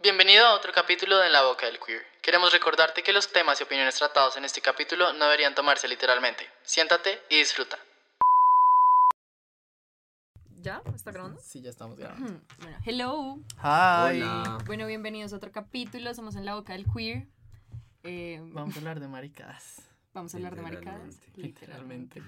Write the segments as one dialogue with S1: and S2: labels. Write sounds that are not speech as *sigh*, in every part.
S1: Bienvenido a otro capítulo de En la Boca del Queer. Queremos recordarte que los temas y opiniones tratados en este capítulo no deberían tomarse literalmente. Siéntate y disfruta.
S2: ¿Ya? ¿Está grabando?
S1: Sí, ya estamos grabando.
S2: *clears throat* Bueno, hello.
S1: Hi.
S2: Bueno, bienvenidos a otro capítulo. Somos en la boca del queer. Eh,
S1: Vamos a hablar de maricadas.
S2: vamos a hablar de maricadas.
S1: Literalmente.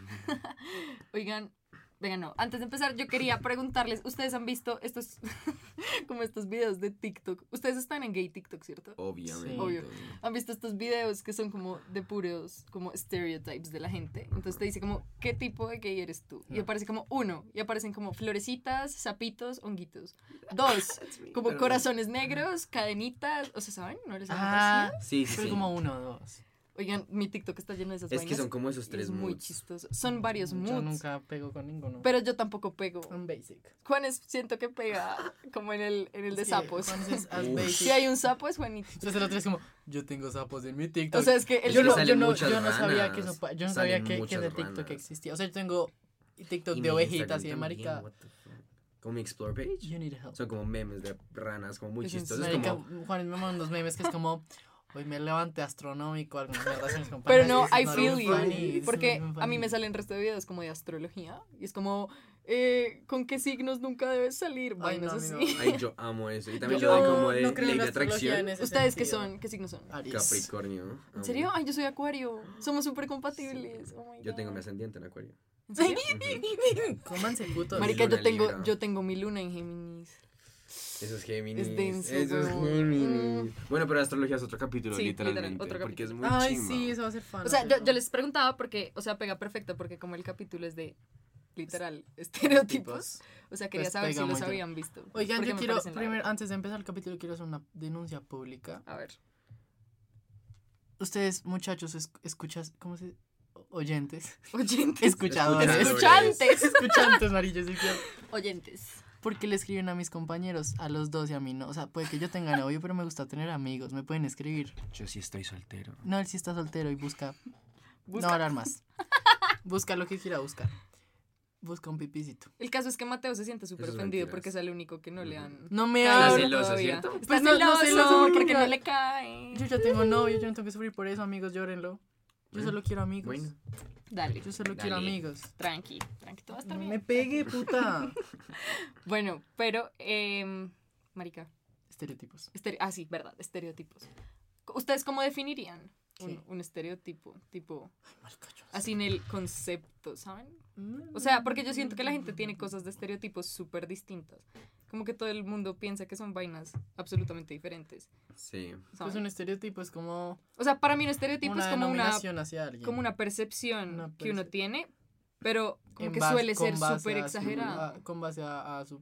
S2: Oigan, vengan, no. Antes de empezar, yo quería preguntarles: ¿Ustedes han visto estos, *laughs* como estos videos de TikTok? Ustedes están en gay TikTok, ¿cierto?
S3: Obviamente.
S1: Sí.
S2: Obvio. ¿Han visto estos videos que son como de puros, como stereotypes de la gente? Entonces te dice como, ¿qué tipo de gay eres tú? Y
S1: No.
S2: aparece como uno, y aparecen como florecitas, sapitos, honguitos. Dos, como corazones negros, cadenitas, o sea, ¿saben? ¿No les han
S1: Ah,
S2: parecido?
S3: Sí, sí,
S1: pero
S3: sí.
S1: como uno o dos.
S2: Oigan, mi TikTok está lleno de esas
S3: Es
S2: vainas.
S3: que son como esos
S2: y
S3: tres
S2: es muy
S3: moods.
S2: chistoso. Son varios
S1: Yo
S2: moods.
S1: nunca pego con ninguno.
S2: Pero yo tampoco pego.
S1: un basic.
S2: Juan es, siento que
S1: *laughs*
S2: pega como en el, en el de
S1: Sí,
S2: sapos.
S1: Entonces, haz
S3: Uf.
S1: basic.
S2: Si hay un sapo es Juanito.
S1: Entonces el otro es como, yo tengo sapos en mi TikTok.
S2: O sea, es que el
S1: yo,
S3: que
S1: no,
S3: salen
S1: yo, no,
S3: muchas
S1: yo no sabía
S3: ranas,
S1: que eso, pa- yo no
S3: salen
S1: sabía que, que
S3: muchas
S1: de TikTok
S3: ranas.
S1: existía. O sea, yo tengo Tiktok
S3: Y
S1: de
S3: mi
S1: ovejitas
S3: Instagram
S1: y de
S3: también,
S1: marica.
S3: what the fuck. Como mi Explore page.
S1: You need help.
S3: Son como memes de ranas, como muy
S2: Es en
S3: chistosos.
S1: Marica,
S3: como,
S1: Juan me mandan unos memes que es como hoy me levanté astronómico algunas mierdas mis
S2: Pero
S1: compañeras,
S2: no,
S1: y es
S2: I
S1: not
S2: feel
S1: even funny,
S2: you.
S1: it's
S2: Porque
S1: not even
S2: a mí
S1: funny.
S2: me salen el resto de videos como de astrología. Y es como, eh, ¿con qué signos nunca debes salir?
S1: Ay, no,
S2: Vainas
S1: a mí
S2: así.
S3: ay, yo amo eso. Y también
S1: Yo
S3: yo, doy como de
S1: no creo en
S3: ley de
S1: la astrología
S3: atracción.
S1: en ese
S2: ¿Ustedes qué
S1: sentido. Ah,
S2: son? ¿Qué signos son?
S1: Aries.
S3: Capricornio. ¿no? Amo.
S2: ¿En serio? Ay, yo soy acuario. Somos súper compatibles. Oh my
S3: Yo
S2: God.
S3: tengo mi ascendiente en acuario.
S2: ¿En serio?
S3: Ujú.
S1: *laughs* Cómanse putos.
S3: Mari-
S2: Marica, yo
S3: luna
S2: tengo,
S3: Libra.
S2: yo tengo mi luna en Géminis.
S3: Eso es Géminis.
S2: Es denso,
S3: Eso es
S2: weón.
S3: Géminis.
S1: Mm.
S3: Bueno, pero astrología es otro capítulo,
S2: Sí, literal,
S3: literalmente.
S2: otro
S3: porque es muy
S1: Ay,
S3: chimba.
S1: sí, eso va a ser fan.
S2: O sea, yo,
S1: hacerlo.
S2: yo les *laughs* preguntaba porque, o sea, pega perfecto porque como el capítulo es de literal estereotipos, o sea, quería
S1: Pues
S2: saber
S1: pega
S2: si
S1: muy
S2: los
S1: duro.
S2: habían visto.
S1: Oigan,
S2: porque
S1: yo
S2: me
S1: quiero,
S2: parecen la
S1: primero,
S2: verga.
S1: antes de empezar el capítulo, quiero hacer una denuncia pública.
S2: A ver.
S1: Ustedes, muchachos, es- escuchas, ¿cómo se
S2: *laughs*
S1: Oyentes. *laughs*
S2: Oyentes.
S1: Escuchadores.
S3: Escuchadores.
S2: Escuchantes.
S1: Escuchantes, amarillos.
S2: Oyentes.
S1: Porque le escriben a mis compañeros, a los dos y a mí no. O sea, puede que yo tenga novio, pero me gusta tener amigos. Me pueden escribir.
S3: Yo sí estoy soltero.
S1: No, él sí está soltero y busca.
S2: Busca.
S1: No hablar más. Busca lo que quiera buscar. Busca un pipicito.
S2: El caso es que Mateo se siente súper
S3: Eso es
S2: ofendido
S3: mentiras.
S2: porque es el único que no le han.
S1: No me
S2: caído
S3: Está
S1: hables.
S3: celoso,
S2: todavía.
S3: ¿cierto?
S2: Está
S1: Pues no, no
S2: celoso
S1: celoso,
S2: porque no
S1: mira.
S2: le cae.
S1: Yo ya tengo novio, yo no tengo que sufrir por eso, amigos, llórenlo. Yo
S3: Bueno,
S1: solo quiero amigos.
S3: Mm. Bueno.
S2: Dale,
S1: Yo solo quiero
S3: Dale.
S1: amigos.
S2: tranqui, tranqui, todo va a estar
S1: No
S2: bien.
S1: me
S3: *laughs*
S1: pegue, puta.
S2: Bueno, pero, em, marica,
S1: Estereotipos.
S2: estere- ah, sí, verdad, estereotipos. ¿Ustedes cómo definirían un,
S1: ¿Qué?
S2: un estereotipo? Tipo,
S1: Marica, yo no sé.
S2: así en el concepto, ¿saben?
S1: Mm.
S2: O sea, porque yo siento que la gente tiene cosas de estereotipos súper distintas. Como que todo el mundo piensa que son vainas absolutamente diferentes.
S3: Sí.
S2: ¿saben?
S1: Pues un estereotipo es como
S2: O sea, para mí un estereotipo
S1: una
S2: es como una
S1: denominación hacia alguien.
S2: como una percepción
S1: Una
S2: que uno
S1: percep-
S2: tiene, pero como
S1: En
S2: que
S1: base-
S2: suele
S1: con
S2: ser
S1: base
S2: súper
S1: a su-
S2: exagerado.
S1: a- con base a, a su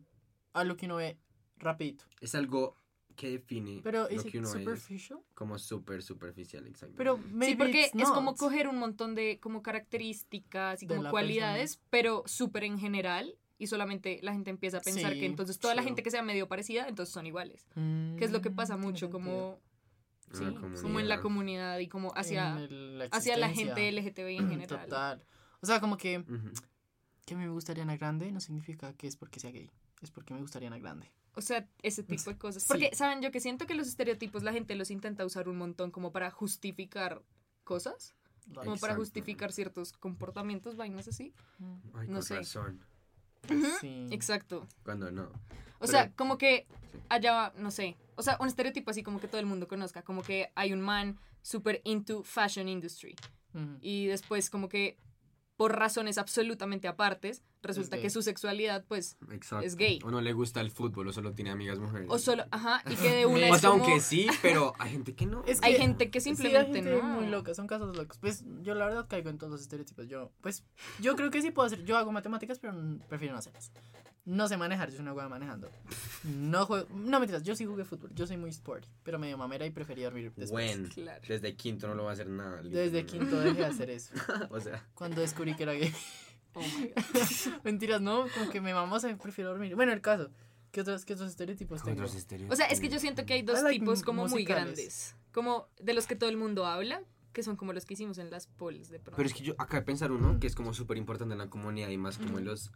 S1: a lo que uno ve rapidito.
S3: Es algo que define
S1: Pero
S3: lo
S1: es
S3: que uno es
S1: superficial.
S3: como súper superficial, exacto.
S1: Pero
S2: sí,
S1: maybe
S2: porque
S1: it's
S2: es como
S1: not.
S2: coger un montón de como características y
S1: De
S2: como
S1: la
S2: cualidades, pero súper en general y solamente la gente empieza a pensar
S1: Sí,
S2: que entonces toda la
S1: true.
S2: gente que sea medio parecida, entonces son iguales. Que es lo que pasa
S1: Mm, tiene
S2: mucho
S1: sentido.
S2: como
S3: En
S2: sí,
S3: la
S2: como en la
S3: comunidad.
S2: comunidad y como hacia
S1: En el-
S2: hacia la
S1: existencia. Mm,
S2: gente LGTBI
S1: *clears throat*
S2: en general.
S1: Total. O sea, como que
S3: Ujú.
S1: que me gusta Ariana Grande no significa que es porque sea gay, es porque me gusta Ariana Grande.
S2: O sea, ese tipo de cosas.
S1: Sí.
S2: Porque, ¿saben? Yo que siento que los estereotipos la gente los intenta usar un montón como para justificar cosas, como para
S3: Exacto.
S2: justificar ciertos comportamientos, vainas así.
S3: Ay,
S2: No
S3: con
S2: sé.
S3: razón.
S1: Sí.
S2: Exacto.
S3: Cuando no.
S2: O
S3: Pero-
S2: sea, como que
S3: Sí.
S2: allá, va, no sé. O sea, un estereotipo así como que todo el mundo conozca, como que hay un man super into fashion industry
S1: Ujú.
S2: y después como que por razones absolutamente apartes, resulta
S1: gay.
S2: que su sexualidad pues
S3: Exacto.
S2: Es gay.
S3: O no le gusta el fútbol, o solo tiene amigas mujeres.
S2: o solo, ajá, y que
S3: *laughs*
S2: de una
S3: O
S2: es
S3: sea,
S2: como
S3: aunque sí, pero hay gente
S2: *laughs*
S3: que no.
S1: Es
S2: hay
S1: que-
S2: gente que
S1: Sí, hay
S2: simplemente
S1: gente
S2: no.
S1: muy loca, son casos locos. Pues yo la verdad caigo en todos los estereotipos. Yo, pues, yo creo que sí puedo hacer. Yo hago matemáticas, pero n- prefiero no hacerlas. No sé manejar, yo soy una hueá manejando. No juego, no mentiras, yo sí jugué fútbol, yo soy muy sporty, pero medio mamera y prefería dormir después.
S3: Buen.
S2: Claro.
S3: Desde quinto no lo va a hacer nada.
S1: Desde
S3: literalmente.
S1: quinto dejé de hacer eso.
S3: *laughs* o sea,
S1: Cuando descubrí que era gay. *laughs*
S2: Oh my God.
S1: Mentiras, no, como que me mamó, se prefiero dormir. Bueno, el caso. ¿Qué otros, qué otros estereotipos tengo?
S3: otros estereotipos.
S2: O sea, es que yo siento que hay dos
S1: I like
S2: tipos
S1: mu-
S2: como muy
S1: musicales.
S2: grandes. Como de los que todo el mundo habla, que son como los que hicimos en las polls de pronto.
S3: Pero es que yo acabo de pensar uno que es como súper importante en la comunidad y más como en los.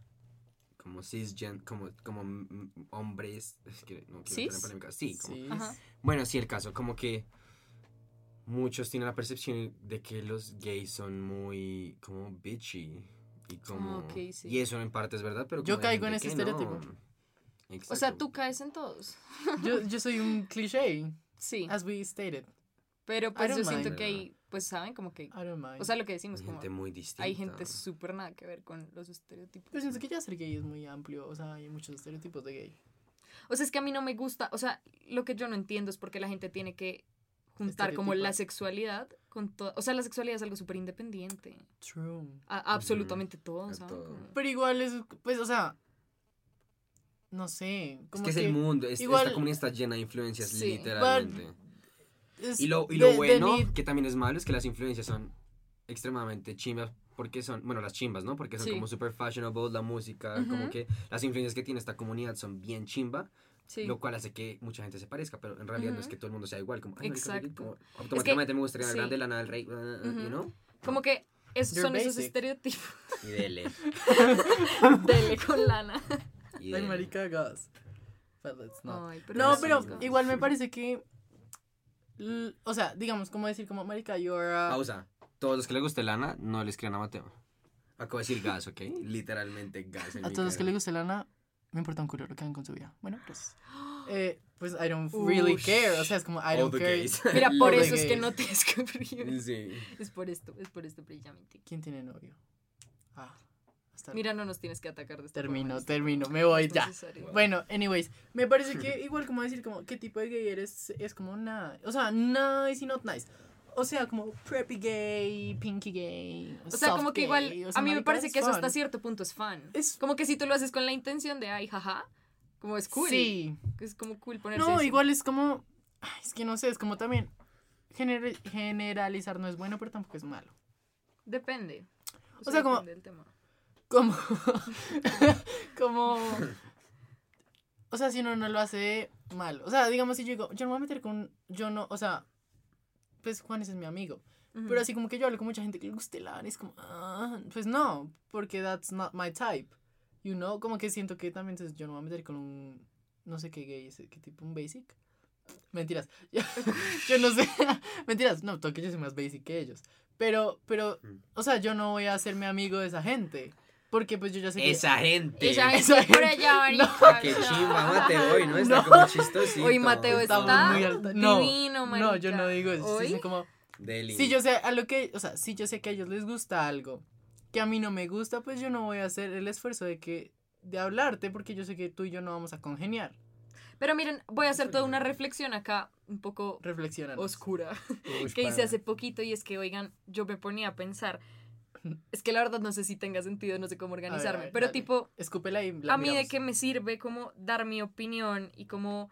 S3: como cisgen, como, como mm, hombres. Es que no quiero
S2: ¿Cis?
S3: entrar en polémica. Sí, como-
S1: Sí,
S2: Ajá.
S3: Bueno, sí, el caso, como que muchos tienen la percepción de que los gays son muy como bitchy. Y como.
S2: ok, sí.
S3: Y eso en parte es verdad, pero.
S1: Yo
S3: como hay
S1: caigo en
S3: gente
S1: ese
S3: que no.
S1: estereotipo.
S3: Exacto.
S2: O sea, tú caes en todos.
S1: Yo, yo soy un cliché,
S2: Sí.
S1: as we stated.
S2: Pero pues
S1: don't
S2: yo
S1: mind.
S2: siento que ahí, pues saben como que.
S1: I don't mind.
S2: O sea, lo que decimos,
S3: Hay
S2: como.
S3: gente muy distinta.
S2: Hay gente súper nada que ver con los estereotipos.
S1: Pero Pues siento que ya ser gay es muy amplio, o sea, hay muchos estereotipos de gay.
S2: O sea, es que a mí no me gusta. O sea, lo que yo no entiendo es por qué la gente tiene que juntar como la
S1: Estereotipar.
S2: sexualidad con todo. O sea, la sexualidad es algo súper independiente.
S1: True.
S2: A- a absolutamente todo,
S3: a
S2: ¿saben?
S3: todo.
S2: Como-
S1: Pero igual es, pues, o sea, no sé,
S3: Es
S1: como
S3: que es el
S1: que
S3: mundo. es-
S1: igual-
S3: esta comunidad está llena de influencias,
S2: Sí.
S3: literalmente.
S1: es
S3: Y lo, y
S1: pues de-
S3: lo
S1: de
S3: bueno,
S1: need-
S3: que también es malo, es que las influencias son extremadamente chimbas. Porque son, bueno, las chimbas, ¿no? Porque son
S2: Sí.
S3: como super fashionable, la música, como
S2: Ujú.
S3: que las influencias que tiene esta comunidad son bien chimba,
S2: Sí.
S3: lo cual hace que mucha gente se parezca, pero en realidad no es
S2: Ujú.
S3: que todo el mundo sea igual, como, "Ay, marica, soy gay",
S2: Exacto.
S3: como automáticamente me gustaría
S2: sí.
S3: grande la nada del rey, you
S2: Ujú.
S3: know?
S2: Como que es-
S1: You're
S2: son esos
S1: basic.
S2: estereotipos.
S3: Y dele.
S1: *laughs*
S2: Dele con lana.
S3: Y
S1: Like
S3: dele.
S1: marica gas. But let's
S2: Ay,
S1: not. *laughs* No,
S3: Pero
S1: pero
S3: sí, no.
S1: igual me parece que. l- O sea, digamos, como decir, como, Marica, you're a-
S3: Pausa. Todos los que le guste lana, no les crean a Mateo. Acabo de decir gas, ¿ok? *laughs* Literalmente gas. en
S1: A
S3: mi
S1: todos los que
S3: cara.
S1: les guste lana, me importa un culo lo que hagan con su vida. Bueno,
S3: *gasps*
S1: gracias. Eh, pues I don't
S2: Ush.
S1: really care. O sea, es como I
S3: All
S1: don't
S3: the
S1: care. *laughs*
S3: gays.
S2: Mira, por
S1: Lo de
S2: eso es que
S1: gays.
S2: no te *laughs* descubrí.
S3: Sí.
S2: Es por esto, es por esto precisamente.
S1: ¿Quién tiene novio? Ah, hasta
S2: Mira, no nos tienes que atacar de esta
S1: Termino,
S2: forma, es
S1: termino, me voy ya.
S2: necesario.
S1: Bueno, anyways, me parece que igual como decir como qué tipo de gay eres es como nada, o sea, nice y not nice. O sea, como preppy gay, pinky gay.
S2: O sea,
S1: soft
S2: como que
S1: gay,
S2: igual,
S1: o sea,
S2: a mí me
S1: marica,
S2: parece
S1: it's
S2: que eso
S1: fun.
S2: hasta cierto punto es fan.
S1: Es-
S2: Como que si tú lo haces con la intención de, ay, jaja, como es cool.
S1: Sí.
S2: Es como cool ponerse
S1: No,
S2: eso.
S1: igual es como ay, es que no sé, es como también gener- generalizar no es bueno, pero tampoco es malo.
S2: Depende.
S1: O sea, como-
S2: depende del tema.
S1: Como *laughs* como o sea, si uno no lo hace mal. O sea, digamos si yo digo, yo no me voy a meter con yo no, o sea, pues Juan ese es mi amigo.
S2: Ujú.
S1: Pero así como que yo hablo con mucha gente que le guste la es como, "Ah", pues no, porque that's not my type. You know, como que siento que también entonces, yo no me voy a meter con un, no sé qué gay es, qué tipo, un basic. Mentiras, *laughs* yo, yo no sé, *laughs* mentiras, no, todo que yo soy más basic que ellos. Pero, pero,
S3: Mm.
S1: o sea, yo no voy a hacerme amigo de esa gente, porque pues yo ya sé que...
S3: Esa gente.
S2: Ella
S1: *laughs*
S2: es
S1: Esa
S2: por
S1: gente-
S2: allá, marica,
S3: *laughs* Qué
S2: no.
S3: chimba, Mateo hoy, ¿no? Está
S1: No.
S3: como chistosito.
S2: Hoy Mateo
S1: Estamos
S2: está
S1: muy alta- no,
S2: divino,
S1: no, yo no
S2: marica.
S1: digo eso, yo
S2: Hoy,
S1: soy como...
S3: Deli.
S1: Si yo sé a lo que, o sea, si yo sé que a ellos les gusta algo que a mí no me gusta, pues yo no voy a hacer el esfuerzo de que de hablarte porque yo sé que tú y yo no vamos a congeniar.
S2: Pero miren, voy a hacer toda una reflexión acá un poco
S1: Reflexiona.
S2: oscura. que hice hace poquito y es que, oigan, yo me ponía a pensar. Es que la verdad no sé si tenga sentido, no sé cómo organizarme,
S1: ver,
S2: pero
S1: dale.
S2: tipo,
S1: Escúpela y la
S2: a mí de
S1: miramos.
S2: qué me sirve como dar mi opinión y como,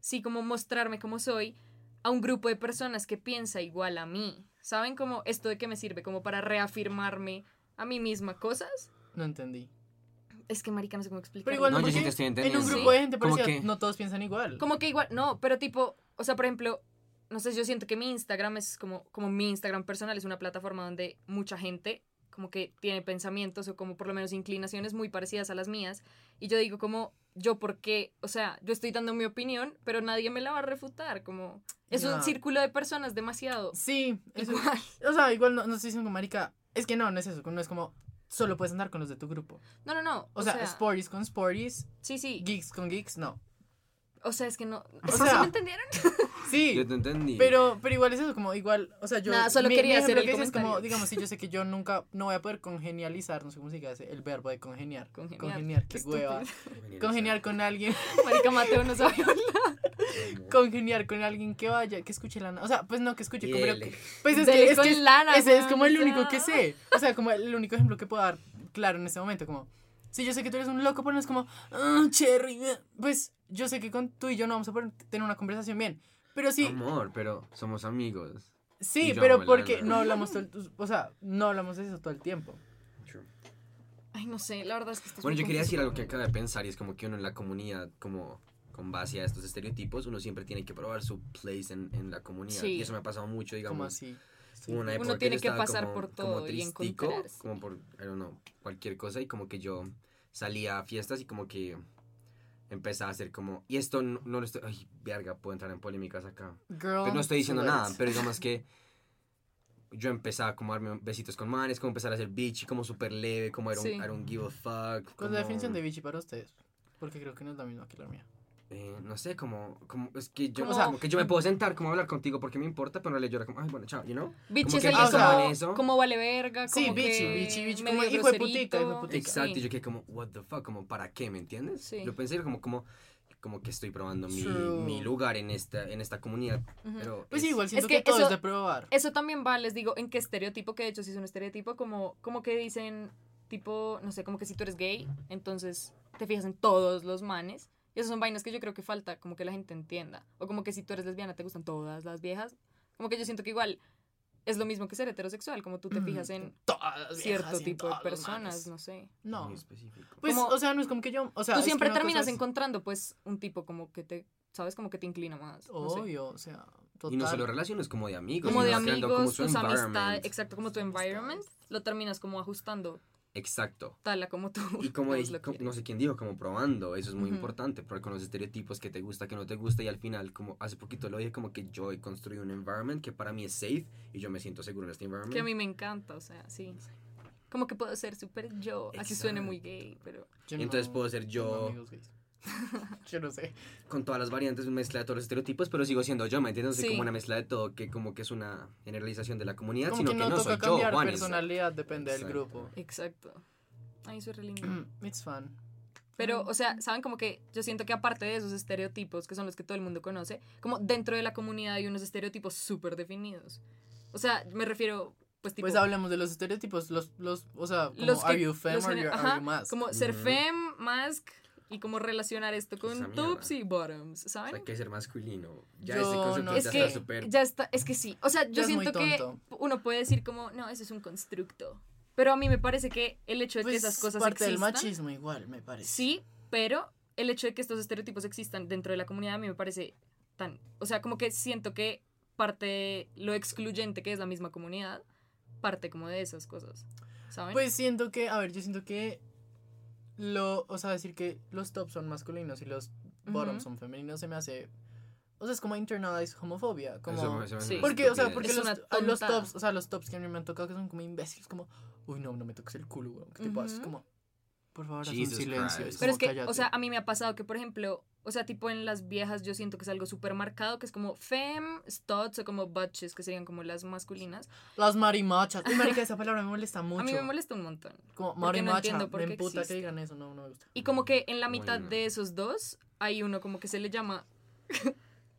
S2: sí, como mostrarme como soy a un grupo de personas que piensa igual a mí. ¿Saben cómo esto de qué me sirve? Como para reafirmarme a mí misma cosas.
S1: No entendí.
S2: Es que marica, no sé cómo explicarlo.
S1: Pero igual
S3: No, yo
S1: porque
S3: sí te estoy
S1: En
S3: entendiendo.
S1: un
S2: Sí.
S1: grupo de gente
S3: Como
S1: parecida,
S3: que-
S1: no todos piensan igual.
S2: Como que igual, no, pero tipo, o sea, por ejemplo, no sé, yo siento que mi Instagram es como, como mi Instagram personal, es una plataforma donde mucha gente como que tiene pensamientos o como por lo menos inclinaciones muy parecidas a las mías. Y yo digo como, yo por qué, o sea, yo estoy dando mi opinión, pero nadie me la va a refutar, como es
S1: Ya.
S2: un círculo de personas demasiado.
S1: Sí, eso-
S2: Igual.
S1: *laughs*
S2: *laughs*
S1: o sea, igual no, no estoy diciendo como, marica, es que no, no es eso, no es como solo puedes andar con los de tu grupo.
S2: No, no, no.
S1: O, sea, sporties con sporties,
S2: sí, sí.
S1: geeks con geeks, no.
S2: O sea, es que no.
S1: O
S2: ¿Sí
S1: sea,
S2: me entendieron? *laughs*
S1: Sí.
S3: Yo te entendí.
S1: Pero, pero igual es eso, como igual, o sea, yo...
S2: Nada, solo quería hacer
S1: ejemplo
S2: el
S1: que hice Es como,
S2: comentario.
S1: digamos, si yo sé
S2: *laughs*
S1: que yo nunca, no voy a poder congenializar, no sé cómo se dice el verbo de congeniar.
S2: Congeniar.
S1: qué
S2: Estúpido.
S1: hueva. Congeniar con alguien, *laughs*
S2: Marica Mateo no sabe hablar.
S1: congeniar con alguien que vaya, que escuche la... na- O sea, pues no, que escuche, como- pero...
S3: Dele.
S1: Pues es
S2: Dele
S1: que, es,
S2: con
S1: que es-
S2: lana,
S1: ese es
S2: weón,
S1: como el
S2: o
S1: único
S2: sea.
S1: que sé. O sea, como el único ejemplo que puedo dar claro en este momento, como... Si yo sé que tú eres un loco, pero no es como... "Ah, Cherry, eh", pues yo sé que con tú y yo no vamos a poder tener una conversación bien. Pero sí,
S3: Amor, pero somos amigos.
S1: sí,
S3: yo
S1: pero
S3: amo la
S1: porque
S3: lana.
S1: no hablamos todo el, o sea, no hablamos de eso todo el tiempo.
S2: Ay, no sé, la verdad es que estás
S3: Bueno,
S2: muy
S3: yo quería decir
S2: confuso.
S3: algo que acabo de pensar y es como que uno en la comunidad, como con base a estos estereotipos, uno siempre tiene que probar su place en, en la comunidad.
S2: Sí.
S3: Y eso me ha pasado mucho,
S1: como
S3: digamos.
S1: así.
S3: Hubo
S2: Uno
S3: una época
S2: tiene
S3: yo
S2: que
S3: estaba
S2: pasar
S3: como-
S2: por
S3: como
S2: todo y
S3: tristico,
S2: encontrarse.
S3: Como por, I don't know, cualquier cosa y como que yo salía a fiestas y como que empezaba a ser como, y esto no, no lo estoy, ay, verga, puedo entrar en polémicas acá.
S1: Girl,
S3: Pero no estoy diciendo nada,
S1: words.
S3: pero digamos que yo empezaba como a darme besitos con manes, como empezar a hacer bitchy, como súper leve, como I don't,
S2: Sí.
S3: I don't give a fuck.
S1: ¿Cuál es la
S3: como-
S1: definición de bichi para ustedes? Porque creo que no es la misma que la mía.
S3: eh, no sé, como, como, es que yo,
S1: Como-
S3: como que yo me puedo sentar, como hablar contigo, porque me importa, pero no le llora como, ay, bueno, chao, you know?
S2: Bitch
S3: Como
S2: es
S3: que
S2: el
S1: ah, o
S2: como,
S1: sea,
S3: eso.
S2: como vale verga,
S1: Sí,
S2: como
S1: bitchy,
S2: que
S1: bitchy, bitchy,
S2: medio
S1: como hijo de
S2: groserito.
S1: putica, hijo de putica.
S3: Exacto,
S2: Sí.
S3: y yo que como, what the fuck, como, ¿para qué, me entiendes?
S2: Sí.
S3: Yo pensé como, como, como que estoy probando mi,
S1: True.
S3: mi lugar en esta, en esta comunidad,
S2: Ujú.
S3: pero...
S1: Pues sí,
S3: es-
S1: igual siento que,
S2: que
S1: todo
S2: eso-
S1: es de probar.
S2: Eso también va, les digo, en qué estereotipo, que de hecho sí es un estereotipo, como, como que dicen, tipo, no sé, como que si tú eres gay, entonces te fijas en todos los manes. Y esas son vainas que yo creo que falta, como que la gente entienda. O como que si tú eres lesbiana, te gustan todas las viejas. Como que yo siento que igual es lo mismo que ser heterosexual, como tú te fijas en
S1: Todas las viejas
S2: cierto
S1: y en
S2: tipo de
S1: todos los
S2: personas,
S1: manes.
S2: no sé.
S1: No.
S3: Muy específico.
S1: Pues,
S2: Como-
S1: o sea, no es como que yo. O sea,
S2: tú
S1: es que
S2: siempre
S1: una cosa
S2: terminas
S1: es-
S2: encontrando, pues, un tipo como que te, ¿sabes? Como que te inclina más. no sé.
S1: Obvio, o sea, Pues total.
S3: Y no solo relaciones, como de amigos.
S2: Como de
S3: sino creando como
S2: amigos,
S3: su
S1: pues
S2: tus
S3: environment.
S2: amistades, exacto, como tu
S1: Sus amistades.
S2: environment, lo terminas como ajustando
S3: Exacto.
S2: tal a como tú.
S3: Y como,
S2: todos
S3: di-
S2: *laughs* lo
S3: co-
S2: quieren.
S3: no sé quién dijo, como probando, eso es muy
S2: Ujú.
S3: importante, porque con los estereotipos que te gusta, que no te gusta, y al final, como hace poquito lo dije, como que yo he construido un environment que para mí es safe y yo me siento seguro en este environment.
S2: Que a mí me encanta, o sea, sí. Como que puedo ser súper yo, así suene muy gay, pero...
S1: Yo
S3: Y entonces puedo ser
S1: tengo
S3: yo.
S1: amigos gays. *laughs* yo no sé.
S3: Con todas las variantes, mezcla de todos los estereotipos, pero sigo siendo yo, ¿me entiendes? Soy
S2: Sí.
S3: como una mezcla de todo, que como que es una generalización de la comunidad,
S1: Como
S3: sino
S1: que no,
S3: soy
S1: toca cambiar
S3: yo, Juan. es-
S1: personalidad, depende del
S3: Exacto.
S1: grupo. *clears throat*
S2: Exacto. Ay, eso es re
S1: Mm.
S2: lindo.
S1: It's fun.
S2: Pero, o sea, ¿saben? Como que yo siento que aparte de esos estereotipos, que son los que todo el mundo conoce, como dentro de la comunidad hay unos estereotipos súper definidos. O sea, me refiero, pues, tipo...
S1: Pues hablemos de los estereotipos, los, los, o sea, como
S2: Los que-
S1: are you femme
S2: los
S1: or
S2: gener-
S1: you-
S2: ajá,
S1: are you mas?
S2: Como ser
S3: Ujú.
S2: femme, mask, y como relacionar esto
S3: Esa
S2: con
S3: mierda.
S2: tops y bottoms,
S3: O sea,
S2: ¿saben?
S3: hay que ser masculino. Ya
S1: Yo
S3: ese concepto
S1: no
S3: ya
S2: es que
S3: está súper.
S2: ya está, es que sí. O sea,
S1: Ya
S2: yo
S1: es muy
S2: siento que
S1: tonto.
S2: uno puede decir como, no, eso es un constructo. Pero a mí me parece que el hecho de
S1: Pues,
S2: que esas cosas
S1: parte del
S2: existan,
S1: machismo igual, me parece.
S2: sí, pero el hecho de que estos estereotipos existan dentro de la comunidad a mí me parece tan, o sea, como que siento que parte de lo excluyente que es la misma comunidad parte como de esas cosas, ¿saben?
S1: Pues siento que, a ver, yo siento que lo, o sea, decir que los tops son masculinos y los bottoms
S2: Ujú.
S1: son femeninos se me hace, o sea, es como internalized homofobia, como
S3: Eso me- eso me hace
S2: Sí.
S3: una
S1: porque, o sea,
S3: estupidez.
S1: porque
S2: Es
S1: los,
S2: una
S1: a los
S2: tontada.
S1: tops, o sea, los tops que a mí me han tocado que son como imbéciles, como, uy, no, no me toques el culo, weón, ¿qué te pasa? Es
S2: Ujú.
S1: como, por favor, haz un
S3: Jesus
S1: silencio.
S3: Christ.
S1: como,
S2: Pero es que,
S1: "Cállate".
S2: o sea, a mí me ha pasado que, por ejemplo, o sea, tipo en las viejas yo siento que es algo súper marcado, que es como fem, stots o como butches, que serían como las masculinas.
S1: las marimachas. Uy, marica, esa palabra me molesta mucho.
S2: A mí me molesta un montón.
S1: Como
S2: porque no
S1: marimacha,
S2: entiendo por
S1: me
S2: qué
S1: emputa que
S2: existe.
S1: digan eso, no, no me gusta.
S2: Y como que en la mitad
S3: Bueno.
S2: de esos dos hay uno como que se le llama... *laughs*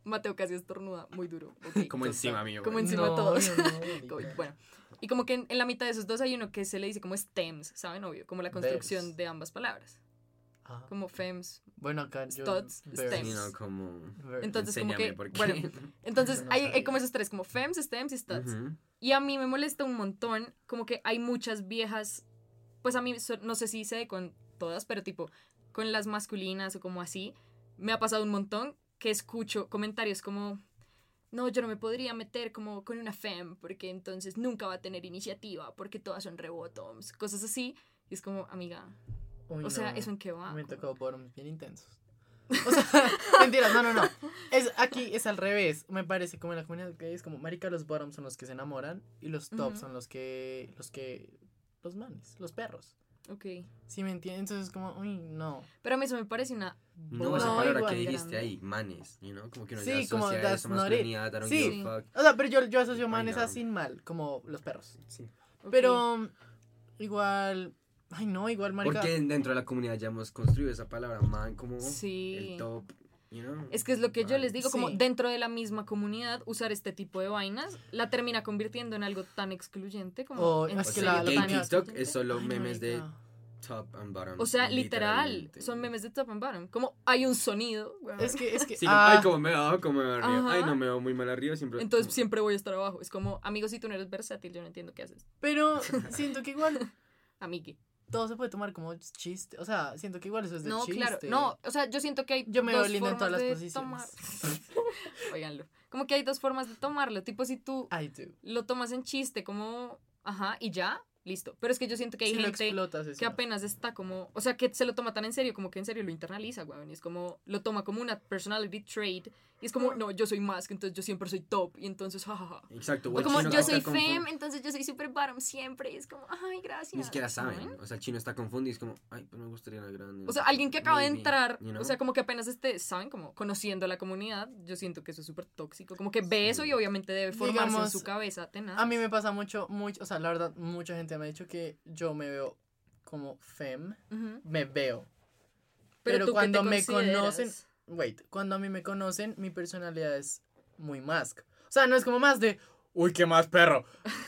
S2: Mateo casi estornuda, muy duro.
S1: *laughs*
S2: ok.
S3: Como encima mío.
S2: Como
S3: güey.
S2: encima de
S1: No,
S2: todos.
S1: yo no,
S2: *laughs* Como-
S1: marica.
S2: bueno, y como que en, en la mitad de esos dos hay uno que se le dice como stems, ¿saben? Obvio, como la construcción
S1: Bears.
S2: de ambas palabras.
S1: Ah,
S2: Como fems,
S1: Bueno, acá yo...
S2: Studs,
S1: Bears.
S2: stems.
S3: Sino como.
S1: Bears.
S2: Entonces, como
S3: enséñame
S2: que-
S3: por qué.
S2: *laughs* bueno, Entonces,
S1: Yo no
S2: hay, hay
S1: sabía.
S2: como esos tres, como fems, stems y stats.
S3: Ujú.
S2: Y a mí me molesta un montón, como que hay muchas viejas, pues a mí, so- no sé si sé con todas, pero tipo, con las masculinas o como así, me ha pasado un montón que escucho comentarios como, no, yo no me podría meter como con una fem, porque entonces nunca va a tener iniciativa, porque todas son rebotoms, cosas así. Y es como, amiga,
S1: Uy,
S2: o sea,
S1: no.
S2: ¿eso en qué va?
S1: Me
S2: Como-
S1: tocó por bien intensos. O
S2: *laughs*
S1: sea, *laughs* mentiras, no, no, no. Es, aquí es al revés. Me parece como en la comunidad gay es como, marica, los bottoms son los que se enamoran y los tops
S2: Ujú.
S1: son los que, los que, los manes, los perros.
S2: Ok.
S1: ¿Sí me entiendes? Entonces es como, uy, no.
S2: Pero a mí eso me parece una...
S3: No,
S1: No,
S3: esa
S1: igual,
S3: palabra que
S2: grande.
S3: dijiste ahí, manes, you know, como que uno
S1: Sí,
S3: ya
S1: como
S3: asocia
S1: that's
S3: eso,
S1: not it.
S3: masculinidad, I don't
S1: Sí.
S3: give a fuck.
S1: O sea, pero yo, yo asocio
S3: Ay,
S1: manes
S3: no.
S1: a sin mal, como los perros.
S3: Sí.
S2: ok.
S1: Pero um, igual, ay, no, igual, marica.
S3: Porque dentro de la comunidad ya hemos construido esa palabra man como
S2: Sí.
S3: el top, you know.
S2: Es que es lo que yo les digo, como
S1: Sí.
S2: dentro de la misma comunidad, usar este tipo de vainas la termina convirtiendo en algo tan excluyente como...
S1: Oh,
S2: en
S1: es
S3: o
S1: que
S3: sea,
S1: la- la
S3: gay
S1: comunidad-
S3: TikTok
S2: excluyente.
S3: es solo
S1: Ay,
S3: memes de
S1: marica.
S3: top and bottom.
S2: O sea, literal,
S3: literalmente.
S2: son memes de top and bottom. Como hay un sonido, weón,
S1: Es que,
S3: *laughs*
S1: es que.
S3: Sí, como,
S1: ah,
S3: ay, como me bajo, como me arriba.
S2: Ajá.
S3: Ay, no, me veo muy mal arriba, siempre.
S2: entonces
S3: como-
S2: siempre voy a estar abajo. Es como, amigo, si tú no eres versátil, yo no entiendo qué haces.
S1: Pero siento que igual
S2: Amigue.
S1: todo se puede tomar como chiste. O sea, siento que igual eso es de
S2: No,
S1: chiste.
S2: claro. No, o sea, yo siento que hay
S1: Yo me veo
S2: dos
S1: linda en
S2: formas
S1: todas las
S2: de
S1: posiciones.
S2: tomar. *laughs* Óiganlo. Como
S1: Ah.
S2: que hay dos formas de tomarlo. Tipo, si tú
S1: I do.
S2: lo tomas en chiste, como, ajá, y ya. listo. Pero es que yo siento que hay
S1: Si lo
S2: gente
S1: explotas, es
S2: que
S1: una-
S2: apenas está como, o sea, que se lo toma tan en serio, como que en serio lo internaliza, weón. Y es como, lo toma como una personality trait. Y es como, no, yo soy más, entonces yo siempre soy top. Y entonces, jajaja.
S3: Exacto. o
S2: O
S3: el
S2: Pues como,
S3: chino
S2: yo
S3: está
S2: soy
S3: confu-
S2: fem, entonces yo soy super bottom siempre. Y es como, ay, gracias.
S3: Ni siquiera saben.
S2: ¿Saben?
S3: O sea, el chino está confundido y es como, ay, pues me gustaría la grande.
S2: O sea, alguien que acaba de
S3: maybe",
S2: entrar,
S3: you know?
S2: o sea, como que apenas esté, ¿saben? Como conociendo a la comunidad, yo siento que eso es súper tóxico. Como que ve
S3: Sí.
S2: eso y obviamente debe formarse en
S1: Digamos,
S2: su cabeza, tenaz.
S1: A mí me pasa mucho, mucho, o sea, la verdad, mucha gente me ha dicho que yo me veo como fem,
S2: Ujú.
S1: me veo.
S2: Pero,
S1: Pero
S2: tú
S1: cuando
S2: ¿qué te
S1: me
S2: consideras?
S1: conocen- Wait, cuando a mí me conocen, mi personalidad es muy mask. O sea, no es como más de, uy, qué más perro.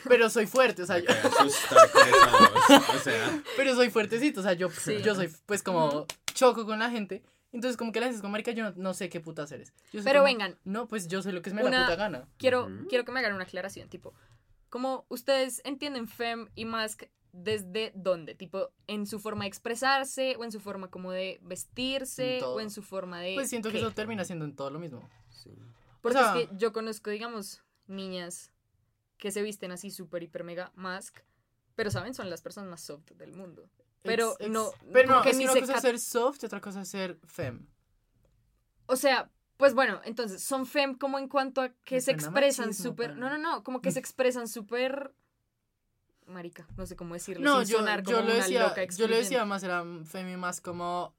S1: Pero soy fuerte, o sea,
S3: Me
S1: *laughs* yo-
S3: acabo de asustar con esa voz. O sea,
S1: pero soy fuertecito, o sea, yo,
S2: Sí.
S1: yo soy, pues como,
S2: Ujú.
S1: choco con la gente. Entonces, como que la dices, como, marica, yo no, no sé qué putas eres. Yo soy
S2: Pero
S1: como,
S2: vengan,
S1: No, pues yo sé lo que se me da
S2: Una-
S1: la puta gana.
S2: quiero,
S3: Ujú.
S2: quiero que me hagan una aclaración, tipo, como ustedes entienden fem y mask desde dónde, tipo, en su forma de expresarse o en su forma como de vestirse
S1: En todo.
S2: o en su forma de...
S1: Pues siento que
S2: Eh, ¿qué?
S1: eso termina siendo en todo lo mismo.
S3: sí.
S2: Porque
S1: O sea-
S2: es que yo conozco, digamos, niñas que se visten así súper, hiper, mega mask, pero saben, son las personas más soft del mundo. Pero
S1: Ex- ex-
S2: no,
S1: pero
S2: como
S1: no,
S2: que
S1: es
S2: ni
S1: que una
S2: se
S1: cosa
S2: cat-
S1: es ser soft y otra cosa es ser fem.
S2: O sea, pues bueno, entonces, son fem como en cuanto a que
S1: Me
S2: se
S1: suena
S2: expresan
S1: machismo, Mm.
S2: súper...
S1: pana.
S2: No, no, no, como que se expresan súper... Marica, no sé cómo decirlo.
S1: No,
S2: sin
S1: yo,
S2: sonar
S1: yo,
S2: como una
S1: lo decía,
S2: loca
S1: yo lo decía
S2: excluyente.
S1: más, era femi más como...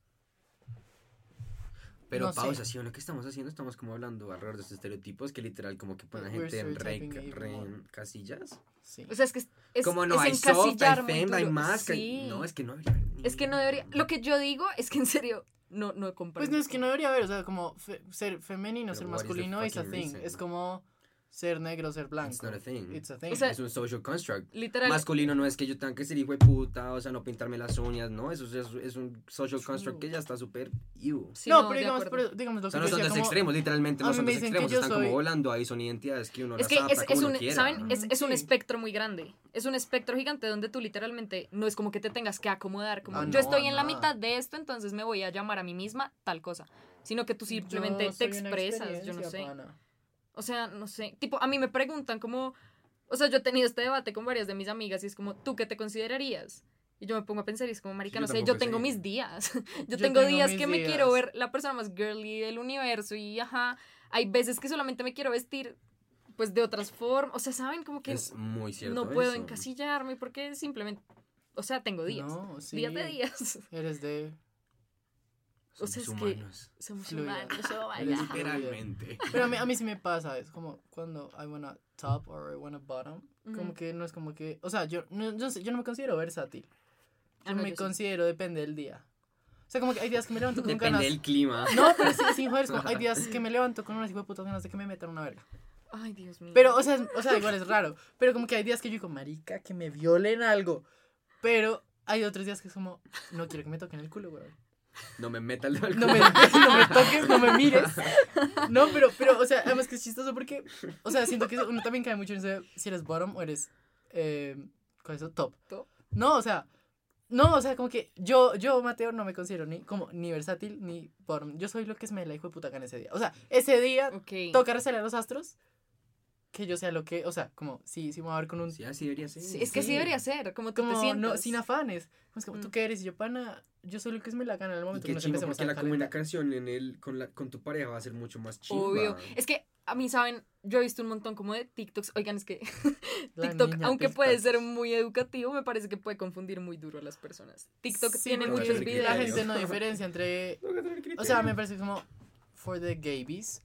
S3: Pero
S1: No sé.
S3: pausa, ¿sí o no? ¿Qué estamos haciendo? Estamos como hablando alrededor de estos estereotipos que literal como que ponen a
S1: We're
S3: gente en re,
S1: stereotyping even
S3: re-
S1: more.
S3: casillas.
S1: Sí.
S2: O sea, es que es, es-
S3: como no
S2: es
S3: hay soft, hay
S2: encasillar muy
S3: fem, hay
S2: duro.
S3: más.
S2: Sí.
S3: No, es que no debería. haber
S2: Es que no
S3: ni-
S2: debería. Lo que yo digo es que en serio no, no
S1: pues
S2: comprendo.
S1: no, es que no debería haber, o sea, como fe- ser femenino,
S3: Pero
S1: ser
S3: what is the
S1: masculino es a
S3: fucking
S1: thing.
S3: reason?
S1: Es como ser negro, ser blanco.
S3: It's not a thing.
S1: It's a thing.
S2: O sea,
S3: Es un social construct.
S2: Literal.
S3: Masculino no es que yo tenga que ser hijo de puta, o sea, no pintarme las uñas, no, eso es, es un social construct que ya está súper ew.
S2: sí,
S1: no,
S2: no,
S1: pero
S2: de
S1: digamos,
S2: acuerdo.
S1: pero digamos lo
S3: O
S1: que
S3: sea,
S1: yo
S3: no son
S1: decía,
S3: dos
S1: como-
S3: extremos, literalmente
S1: a
S3: no
S1: mí
S3: son
S1: me
S3: dos
S1: dicen que
S3: extremos,
S1: yo
S3: están como
S1: soy-
S3: volando, ahí son identidades que uno
S2: Es
S3: las
S2: que
S3: adapta
S2: es,
S3: como
S2: es
S3: uno
S2: un,
S3: quiera.
S2: ¿saben? Es,
S1: Mm,
S2: es un
S1: sí.
S2: espectro muy grande. Es un espectro gigante donde tú literalmente no es como que te tengas que acomodar. Como
S1: Ah,
S2: yo
S1: no,
S2: estoy en la
S1: nada.
S2: mitad de esto, entonces me voy a llamar a mí misma tal cosa. Sino que tú simplemente
S1: Yo
S2: te
S1: soy una
S2: expresas, yo no sé.
S1: experiencia, pana.
S2: O sea, no sé. Tipo, a mí me preguntan como. O sea, yo he tenido este debate con varias de mis amigas y es como, ¿tú qué te considerarías? Y yo me pongo a pensar y es como, marica,
S3: yo
S2: no sé, yo
S3: tampoco
S2: tengo
S3: sé.
S2: mis días. *laughs* Yo,
S1: Yo
S2: tengo,
S1: tengo
S2: días
S1: mis
S2: que me
S1: días.
S2: quiero ver la persona más girly del universo y ajá. Hay veces que solamente me quiero vestir, pues de otras formas. O sea, ¿saben? Como que
S3: Es muy cierto.
S2: no puedo
S3: eso.
S2: encasillarme porque simplemente. O sea, tengo días.
S1: No, sí.
S2: Días de días. *laughs*
S1: Eres de...
S2: O
S3: Somos
S2: sea, es que-
S3: humanos.
S2: Somos
S1: Fluida.
S2: humanos, oh my
S1: Eres
S2: God.
S1: fluida.
S3: Literalmente.
S1: Pero a mí, a mí sí me pasa, es como cuando I wanna top or I wanna bottom, como
S2: Ujú.
S1: que no es como que, o sea, yo no, yo, sé- yo no me considero versátil,
S2: Ah,
S1: yo
S2: no,
S1: me
S2: yo sí.
S1: considero depende del día. O sea, como que hay días que me levanto
S3: *laughs*
S1: con
S3: Depende
S1: ganas.
S2: *laughs*
S3: del clima.
S1: No, pero sí, sin joder, es como hay días que me levanto con unas hijo de putas ganas de que me metan una verga.
S2: Ay, Dios mío.
S1: Pero, o sea, es- o sea, igual es raro, pero como que hay días que yo digo, marica, que me violen algo, pero hay otros días que es como, no quiero que me toquen el culo, güey.
S3: No me meta el dedo al
S1: No
S3: culo.
S1: me, *laughs* no me toques, no me mires. No, pero, pero, o sea, además que es chistoso porque, o sea, siento que uno también cae mucho en ese, si eres bottom o eres, eh, ¿cuál es eso? Top.
S2: Top.
S1: No, o sea, no, o sea, como que yo, yo, Mateo, no me considero ni, como, ni versátil ni bottom. Yo soy lo que es me la hijo de puta en ese día. O sea, ese día
S2: Ok.
S1: toca resaltar a los astros que yo sea lo que, o sea, como, sí, sí me voy a ver con un,
S3: Sí, así debería ser.
S2: Sí, es que así debería ser, como tú te
S1: como,
S2: sientas.
S1: no, sin afanes. Es como,
S2: Mm.
S1: ¿tú qué eres? Y yo, pana, yo soy lo que es me la gana en el
S3: Y
S1: momento que
S3: qué
S1: nos
S3: chimba,
S1: empecemos
S3: porque
S1: a
S3: la
S1: calentar.
S3: comunicación en el, con, la, con tu pareja va a ser mucho más chimba.
S2: Obvio. Es que a mí, ¿saben? Yo he visto un montón como de TikToks. Oigan, es que
S1: La
S2: *laughs* TikTok,
S1: niña pues,
S2: aunque puede
S1: TikTok.
S2: ser muy educativo, me parece que puede confundir muy duro a las personas. TikTok
S1: Sí,
S2: tiene
S1: pero
S3: mucho
S2: muchos
S1: es que La
S2: videos.
S1: gente no
S2: *laughs*
S1: diferencia entre.
S3: Tengo que tener criterio.
S1: O sea, me parece como. For the gabies.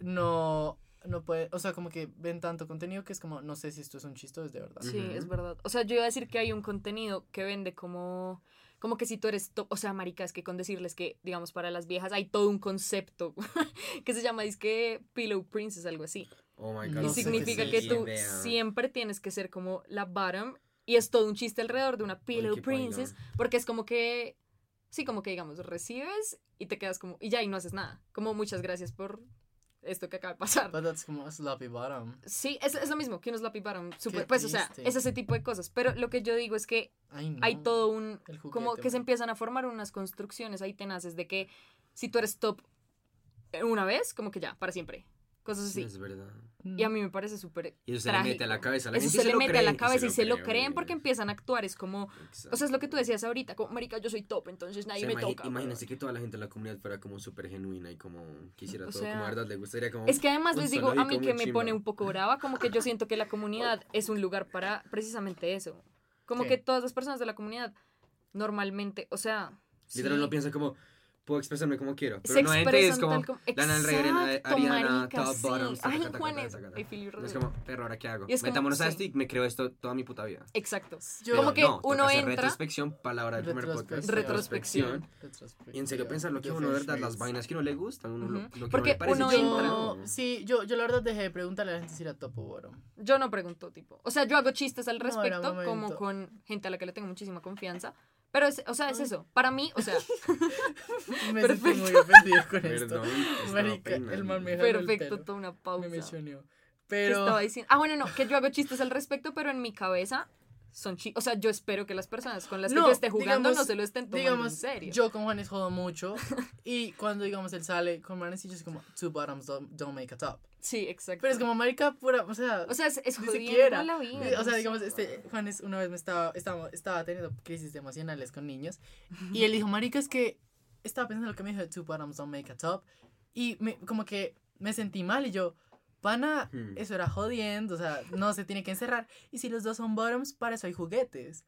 S1: No. No puede. O sea, como que ven tanto contenido que es como. No sé si esto es un chiste o es de verdad.
S2: Sí,
S3: Ujú.
S2: es verdad. O sea, yo iba a decir que hay un contenido que vende como... Como que si tú eres top, o sea, marica, es que con decirles que, digamos, para las viejas hay todo un concepto *laughs* que se llama, es que Pillow Princess, algo así.
S3: Oh my
S1: No
S3: God.
S2: y
S1: sé qué
S2: significa
S1: es
S2: que
S1: esa
S2: tú siempre tienes que ser como la bottom y es todo un chiste alrededor de una pillow princess porque es como que sí como que digamos recibes y te quedas como y ya y no haces nada como muchas gracias por esto que acaba de pasar
S1: But that's como a sloppy bottom.
S2: sí es, es lo mismo que unos lappy bottom super
S1: Qué
S2: pues o sea
S1: triste.
S2: es ese tipo de cosas pero lo que yo digo es que
S1: Ay, no.
S2: hay todo un
S1: El juguete,
S2: como que se
S1: man.
S2: empiezan a formar unas construcciones ahí tenaces de que si tú eres top una vez como que ya para siempre cosas así.
S3: Es verdad.
S1: Mm.
S2: Y a mí me parece súper
S3: Y eso se le
S2: Trágico.
S3: mete a la cabeza. a la
S2: Eso
S3: gente
S2: se le
S3: lo
S2: mete a
S3: creen,
S2: la cabeza y se lo creen
S3: obvio.
S2: porque empiezan a actuar. Es como,
S3: Exacto.
S2: o sea, es lo que tú decías ahorita, como, marica, yo soy top, entonces
S3: O sea,
S2: nadie me
S3: imagi-
S2: toca.
S3: Imagínense que toda la gente de la comunidad fuera como súper genuina y como quisiera
S2: O
S3: todo,
S2: sea,
S3: como a verdad le gustaría como...
S2: Es que además
S3: Un
S2: les digo a
S3: zoológico
S2: mí
S3: muy
S2: que me
S3: chimba.
S2: pone un poco brava, como que yo siento que la
S3: *laughs*
S2: comunidad es un lugar para precisamente eso. Como
S1: Sí.
S2: que todas las personas de la comunidad normalmente, o sea, sí,
S3: Literal no piensa como, puedo expresarme como quiero. Pero
S2: se
S3: no gente es
S2: expresan
S3: como...
S2: tal como
S3: Lana del Rey, Ariana-
S2: Exacto,
S3: Ariana,
S2: marica,
S3: top
S2: sí.
S3: bottoms, taca,
S2: Ay,
S3: taca, taca,
S2: Juanes,
S3: taca, taca.
S2: I feel you,
S3: No es
S2: brother.
S3: como, perro, ¿ahora qué hago?
S2: Y es como,
S3: Metámonos a
S2: sí.
S3: esto y me creo esto toda mi puta vida.
S2: Exacto.
S1: Yo-
S3: Pero
S2: Como que
S3: no, toca
S2: uno
S3: hacer
S2: entra-
S3: Retrospección, palabra del primer podcast.
S2: Retrospección.
S1: Retrospección.
S3: Y en serio pensar lo que a
S1: Yo
S3: uno, de
S1: fui
S3: ¿verdad? Las
S1: Shrek.
S3: vainas que no le gustan, uno, lo-
S2: Ujú.
S3: lo que no
S2: Porque
S3: le parece
S2: uno
S3: chimba,
S2: entra-
S3: ¿no?
S1: Yo, Oh, sí, yo, yo la verdad dejé de preguntarle a la gente si era top o
S2: *laughs*
S1: bottom.
S2: Yo no pregunto, tipo. O sea, yo hago chistes al
S1: No, era
S2: respecto,
S1: momento.
S2: como con gente a la que le tengo muchísima confianza. Pero, es, o sea, es
S1: Ay.
S2: eso. Para mí,
S1: *laughs*
S2: o sea,
S1: Me sentí
S2: Perfecto.
S1: muy ofendido con esto.
S3: Perdón, estaba
S1: Marica, el
S3: peinando.
S1: man me dejó- Déjalo el
S2: perfecto,
S1: pelo.
S2: toda una
S1: Me
S2: pausa.
S1: mencionó.
S2: que
S1: Pero
S2: estaba diciendo. Ah, bueno, no, que yo hago chistes al respecto, pero en mi cabeza son chistes. O sea, yo espero que las personas con las que
S1: No,
S2: yo esté jugando
S1: digamos-
S2: no se lo estén tomando
S1: digamos,
S2: en serio.
S1: yo con Juanes jodo
S2: *laughs*
S1: mucho. y cuando, digamos, él sale con Manes, y yo soy como, two bottoms don't, don't make a top.
S2: sí, exacto.
S1: Pero es como, marica, pura, o sea...
S2: o sea, es, es
S1: ni
S2: jodiendo
S1: siquiera.
S2: la vida.
S1: O sea,
S2: no
S1: digamos,
S2: sé.
S1: este, Juanes una vez me estaba, estaba, estaba teniendo crisis emocionales con niños y él dijo, marica, es que estaba pensando lo que me dijo de Two Bottoms Don't Make a Top y me- como que me sentí mal y yo, pana,
S3: Hmm.
S1: eso era jodiendo, o sea, no se tiene que encerrar y si los dos son bottoms, para eso hay juguetes.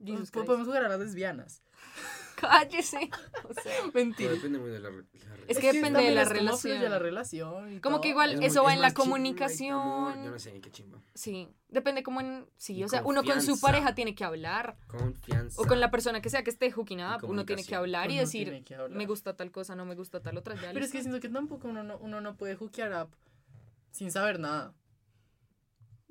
S2: Jesus
S1: Po-
S2: Christ.
S1: pues, podemos jugar a las lesbianas.
S2: *laughs* Cállese. O sea,
S3: Pero
S1: Mentira.
S3: depende muy de la, re- la
S2: Es que
S3: relación.
S2: depende de
S1: también
S2: la
S1: es como
S2: relación.
S1: fluye la relación
S2: Como
S1: y todo. pues,
S2: que igual
S3: Es muy-
S2: eso va
S3: es
S2: en la
S3: más chisme,
S2: comunicación.
S3: amor, Yo no sé ni qué chimba.
S2: sí. Depende como en. Sí,
S3: Y
S2: o sea, uno con su
S3: confianza.
S2: pareja tiene que hablar.
S3: Confianza.
S2: O con la persona que sea que esté hooking
S3: Y
S2: up, uno tiene que
S3: comunicación.
S2: hablar y
S1: Uno
S2: decir,
S1: pues, tiene que hablar.
S2: me gusta tal cosa, no me gusta tal otra. ya
S1: Pero es que
S2: listo.
S1: siento que tampoco uno no, uno no puede hookear up sin saber
S2: *laughs*
S1: nada.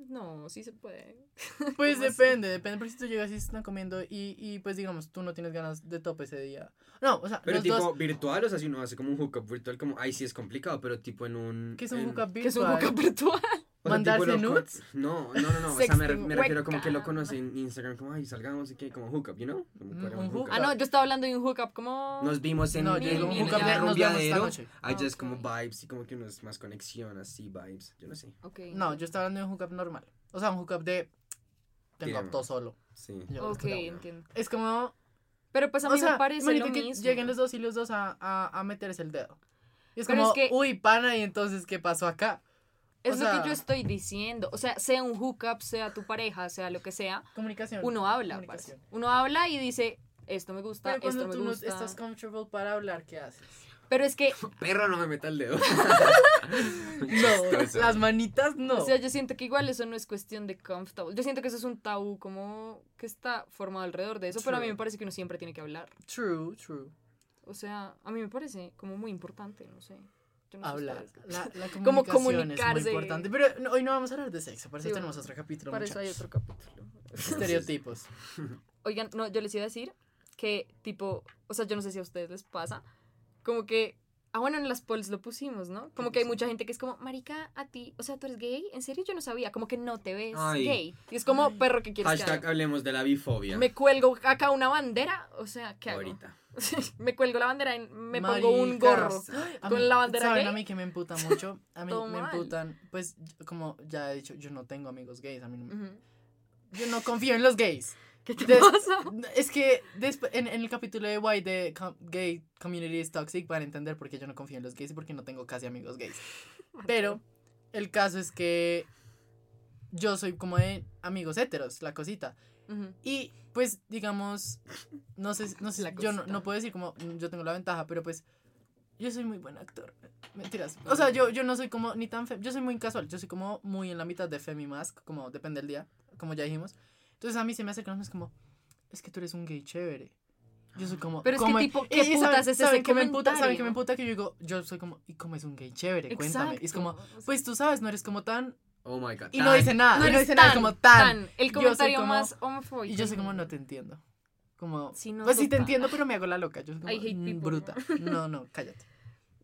S2: No, sí se puede.
S1: Pues
S2: ¿Cómo así?
S1: depende, depende. Por si tú llegas y están comiendo y, y pues digamos, tú no tienes ganas de top ese día. No, o sea,
S3: Pero
S1: los
S3: tipo
S1: dos.
S3: virtual, o sea, si uno hace como un hookup virtual, como ahí sí es complicado, pero tipo en un.
S1: Que es un
S3: en-
S1: hookup
S2: Que es un
S1: virtual.
S2: hookup *laughs* virtual.
S3: o sea, tipo
S1: ¿Mandarse
S3: lo con-
S1: nudes?
S3: No, no, no, no. o sea, me, re-
S2: Sexting,
S3: me refiero como que lo
S2: webcam.
S3: conoce en Instagram, como ay, salgamos y que, como hookup, you know? Como
S1: Mm,
S3: para
S1: un hookup.
S2: Ah, no, yo estaba hablando de un hookup como.
S3: Nos vimos en,
S1: No,
S2: yo
S3: en
S2: digo,
S3: un
S2: un hookup de-
S3: rumbeadero,
S1: nos vemos esta noche.
S3: Allá es
S2: Ok.
S3: como vibes y como que uno es más conexión, así vibes. Yo no sé.
S2: Ok.
S1: No, yo estaba hablando de un hookup normal. O sea, un hookup de. Tengo
S3: Bien.
S1: apto solo.
S3: Sí.
S1: Yo no
S2: Ok,
S1: estoy de acuerdo.
S2: entiendo.
S1: Es como.
S2: Pero pues a mí
S1: O sea,
S2: me parece
S1: marica,
S2: lo
S1: que
S2: mismo.
S1: lleguen los dos y los dos a, a, a meterse el dedo. Y es
S2: Pero
S1: como,
S2: es que-
S1: uy, pana, y entonces, ¿qué pasó acá?
S2: es
S1: o
S2: lo
S1: sea-
S2: que yo estoy diciendo. O sea, sea un hookup, sea tu pareja, sea lo que sea,
S1: Comunicación.
S2: uno habla.
S1: Comunicación.
S2: parce. Uno habla y dice, esto me gusta,
S1: Pero cuando
S2: esto me
S1: tú no
S2: gusta.
S1: estás comfortable para hablar, ¿qué haces?
S2: Pero es que,
S3: Perro, no me meta el dedo.
S1: No, las manitas no.
S2: o sea, yo siento que igual eso no es cuestión de comfortable. Yo siento que eso es un tabú como que está formado alrededor de eso, pero a mí
S1: True.
S2: me parece que uno siempre tiene que hablar.
S1: True, true.
S2: O sea, a mí me parece como muy importante, no sé. Yo no sé
S1: Hablar.
S2: ustedes.
S1: La,
S2: *laughs*
S1: la
S2: Cómo
S1: comunicación es
S2: comunicarse.
S1: muy importante. Pero no, hoy no vamos a hablar de sexo, para eso
S2: Sí, bueno.
S1: tenemos otro capítulo.
S2: Para eso hay
S1: muchachos.
S2: otro capítulo.
S1: Estereotipos.
S2: Oigan, no, yo les iba a decir que, tipo, o sea, yo no sé si a ustedes les pasa, como que, ah, bueno, en las polls lo pusimos, ¿no? Como que hay mucha gente que es como, marica, a ti, o sea, tú eres gay, en serio yo no sabía, como que no te ves
S3: Ay.
S2: gay. Y es como, perro, ¿qué quieres que
S3: Hashtag
S2: haga?
S3: hablemos de la bifobia.
S2: Me cuelgo acá una bandera, o sea, ¿qué hago?
S1: *gasps*
S3: Ahorita.
S2: me cuelgo la bandera, en- me pongo un gorro.
S1: A
S2: con la bandera
S1: ¿Saben
S2: gay?
S1: a mí que me emputa mucho? A mí
S2: Todo
S1: me
S2: mal.
S1: emputan, pues, yo- como ya he dicho, yo no tengo amigos gays. A mí no-
S2: Ujú.
S1: yo no confío en los gays.
S2: *laughs* ¿Qué te
S1: Des-
S2: pasa? *laughs*
S1: Es que después, en, en el capítulo de Why the Com- Gay Community is Toxic van a entender por qué yo no confío en los gays y por qué no tengo casi amigos gays. Pero el caso es que yo soy como de amigos heteros, la cosita.
S2: Ujú.
S1: Y pues, digamos, no sé, no sé,
S2: La
S1: yo no,
S2: cosita.
S1: no puedo decir como mm, yo tengo la ventaja, pero pues yo soy muy buen actor. Mentiras. O sea, yo, yo no soy como ni tan fem, yo soy muy casual, yo soy como muy en la mitad de Femi Mask, como depende del día, como ya dijimos. Entonces a mí se me acercan es como, es que tú eres un gay chévere. Yo soy como,
S2: Pero es que,
S1: ¿cómo
S2: tipo, ¿qué
S1: y
S2: putas es ese
S1: que me emputa, ¿Saben
S2: comentario?
S1: que me emputa? Que yo digo, yo soy como, ¿y cómo es un gay chévere? Cuéntame. Y es como,
S2: Exacto.
S1: pues tú sabes, no eres como tan.
S3: Oh my god.
S1: Y no dice nada,
S2: no
S1: y no
S2: eres
S1: dice
S2: tan,
S1: nada, como tan.
S2: El
S1: Yo soy
S2: comentario
S1: como-
S2: más homofóbico.
S1: Y yo soy como, no te entiendo. Como,
S2: Sí, no,
S1: pues sí te
S2: total.
S1: entiendo, pero me hago la loca. Yo soy como,
S2: I hate
S1: "Mm,
S2: people".
S1: bruta.
S2: *laughs*
S1: No, no, cállate.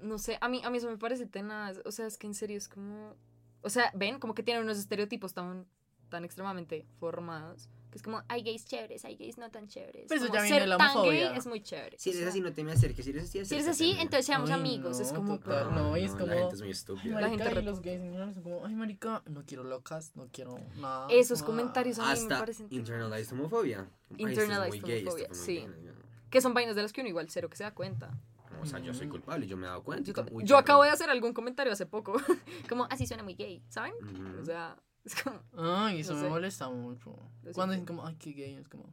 S2: No sé, a mí, a mí eso me parece tenaz. O sea, es que en serio es como. O sea, ven, como que tienen unos estereotipos tan tan extremadamente formados. Que es como, hay gays chéveres, hay gays no tan chéveres.
S1: Pero eso
S2: Como
S1: ya viene
S2: ser
S1: la
S2: tan
S1: homofobia.
S2: gay es muy chévere.
S3: Si
S2: O
S3: eres
S2: sea,
S3: así, no te me acerques. Si eres así,
S2: si eres así,
S3: acércate. Ah,
S2: entonces seamos
S1: Ay,
S2: amigos.
S1: no,
S2: es como,
S1: total.
S2: bro.
S1: No, y es como-
S3: La gente es muy
S1: Ay,
S3: estúpida.
S2: La
S1: marica,
S2: gente
S1: y
S2: re-
S1: los gays en general son como, ay, marica, no quiero locas, no quiero nada.
S2: Esos
S1: nada".
S2: comentarios a mí me
S3: Hasta
S2: parecen
S3: internalized homofobia. Ay, esto es
S2: Internalized
S3: muy gay, este esto
S2: homofobia,
S3: fue muy
S2: sí.
S3: gay.
S2: que son vainas de las que uno igual cero que se da cuenta.
S3: O sea, yo soy
S1: Mm.
S3: culpable, yo me he dado cuenta.
S2: Yo,
S3: y como,
S2: también-
S3: uy,
S2: yo
S3: qué
S2: acabo de
S3: horror.
S2: hacer algún comentario hace poco, *laughs* como así suena muy gay, ¿saben?
S3: Ujú.
S2: O sea, es como,
S1: Ay, eso
S2: No
S1: me
S2: sé.
S1: molesta mucho.
S2: Lo
S1: Cuando dicen
S2: siento.
S1: como, ay, qué gay, es como,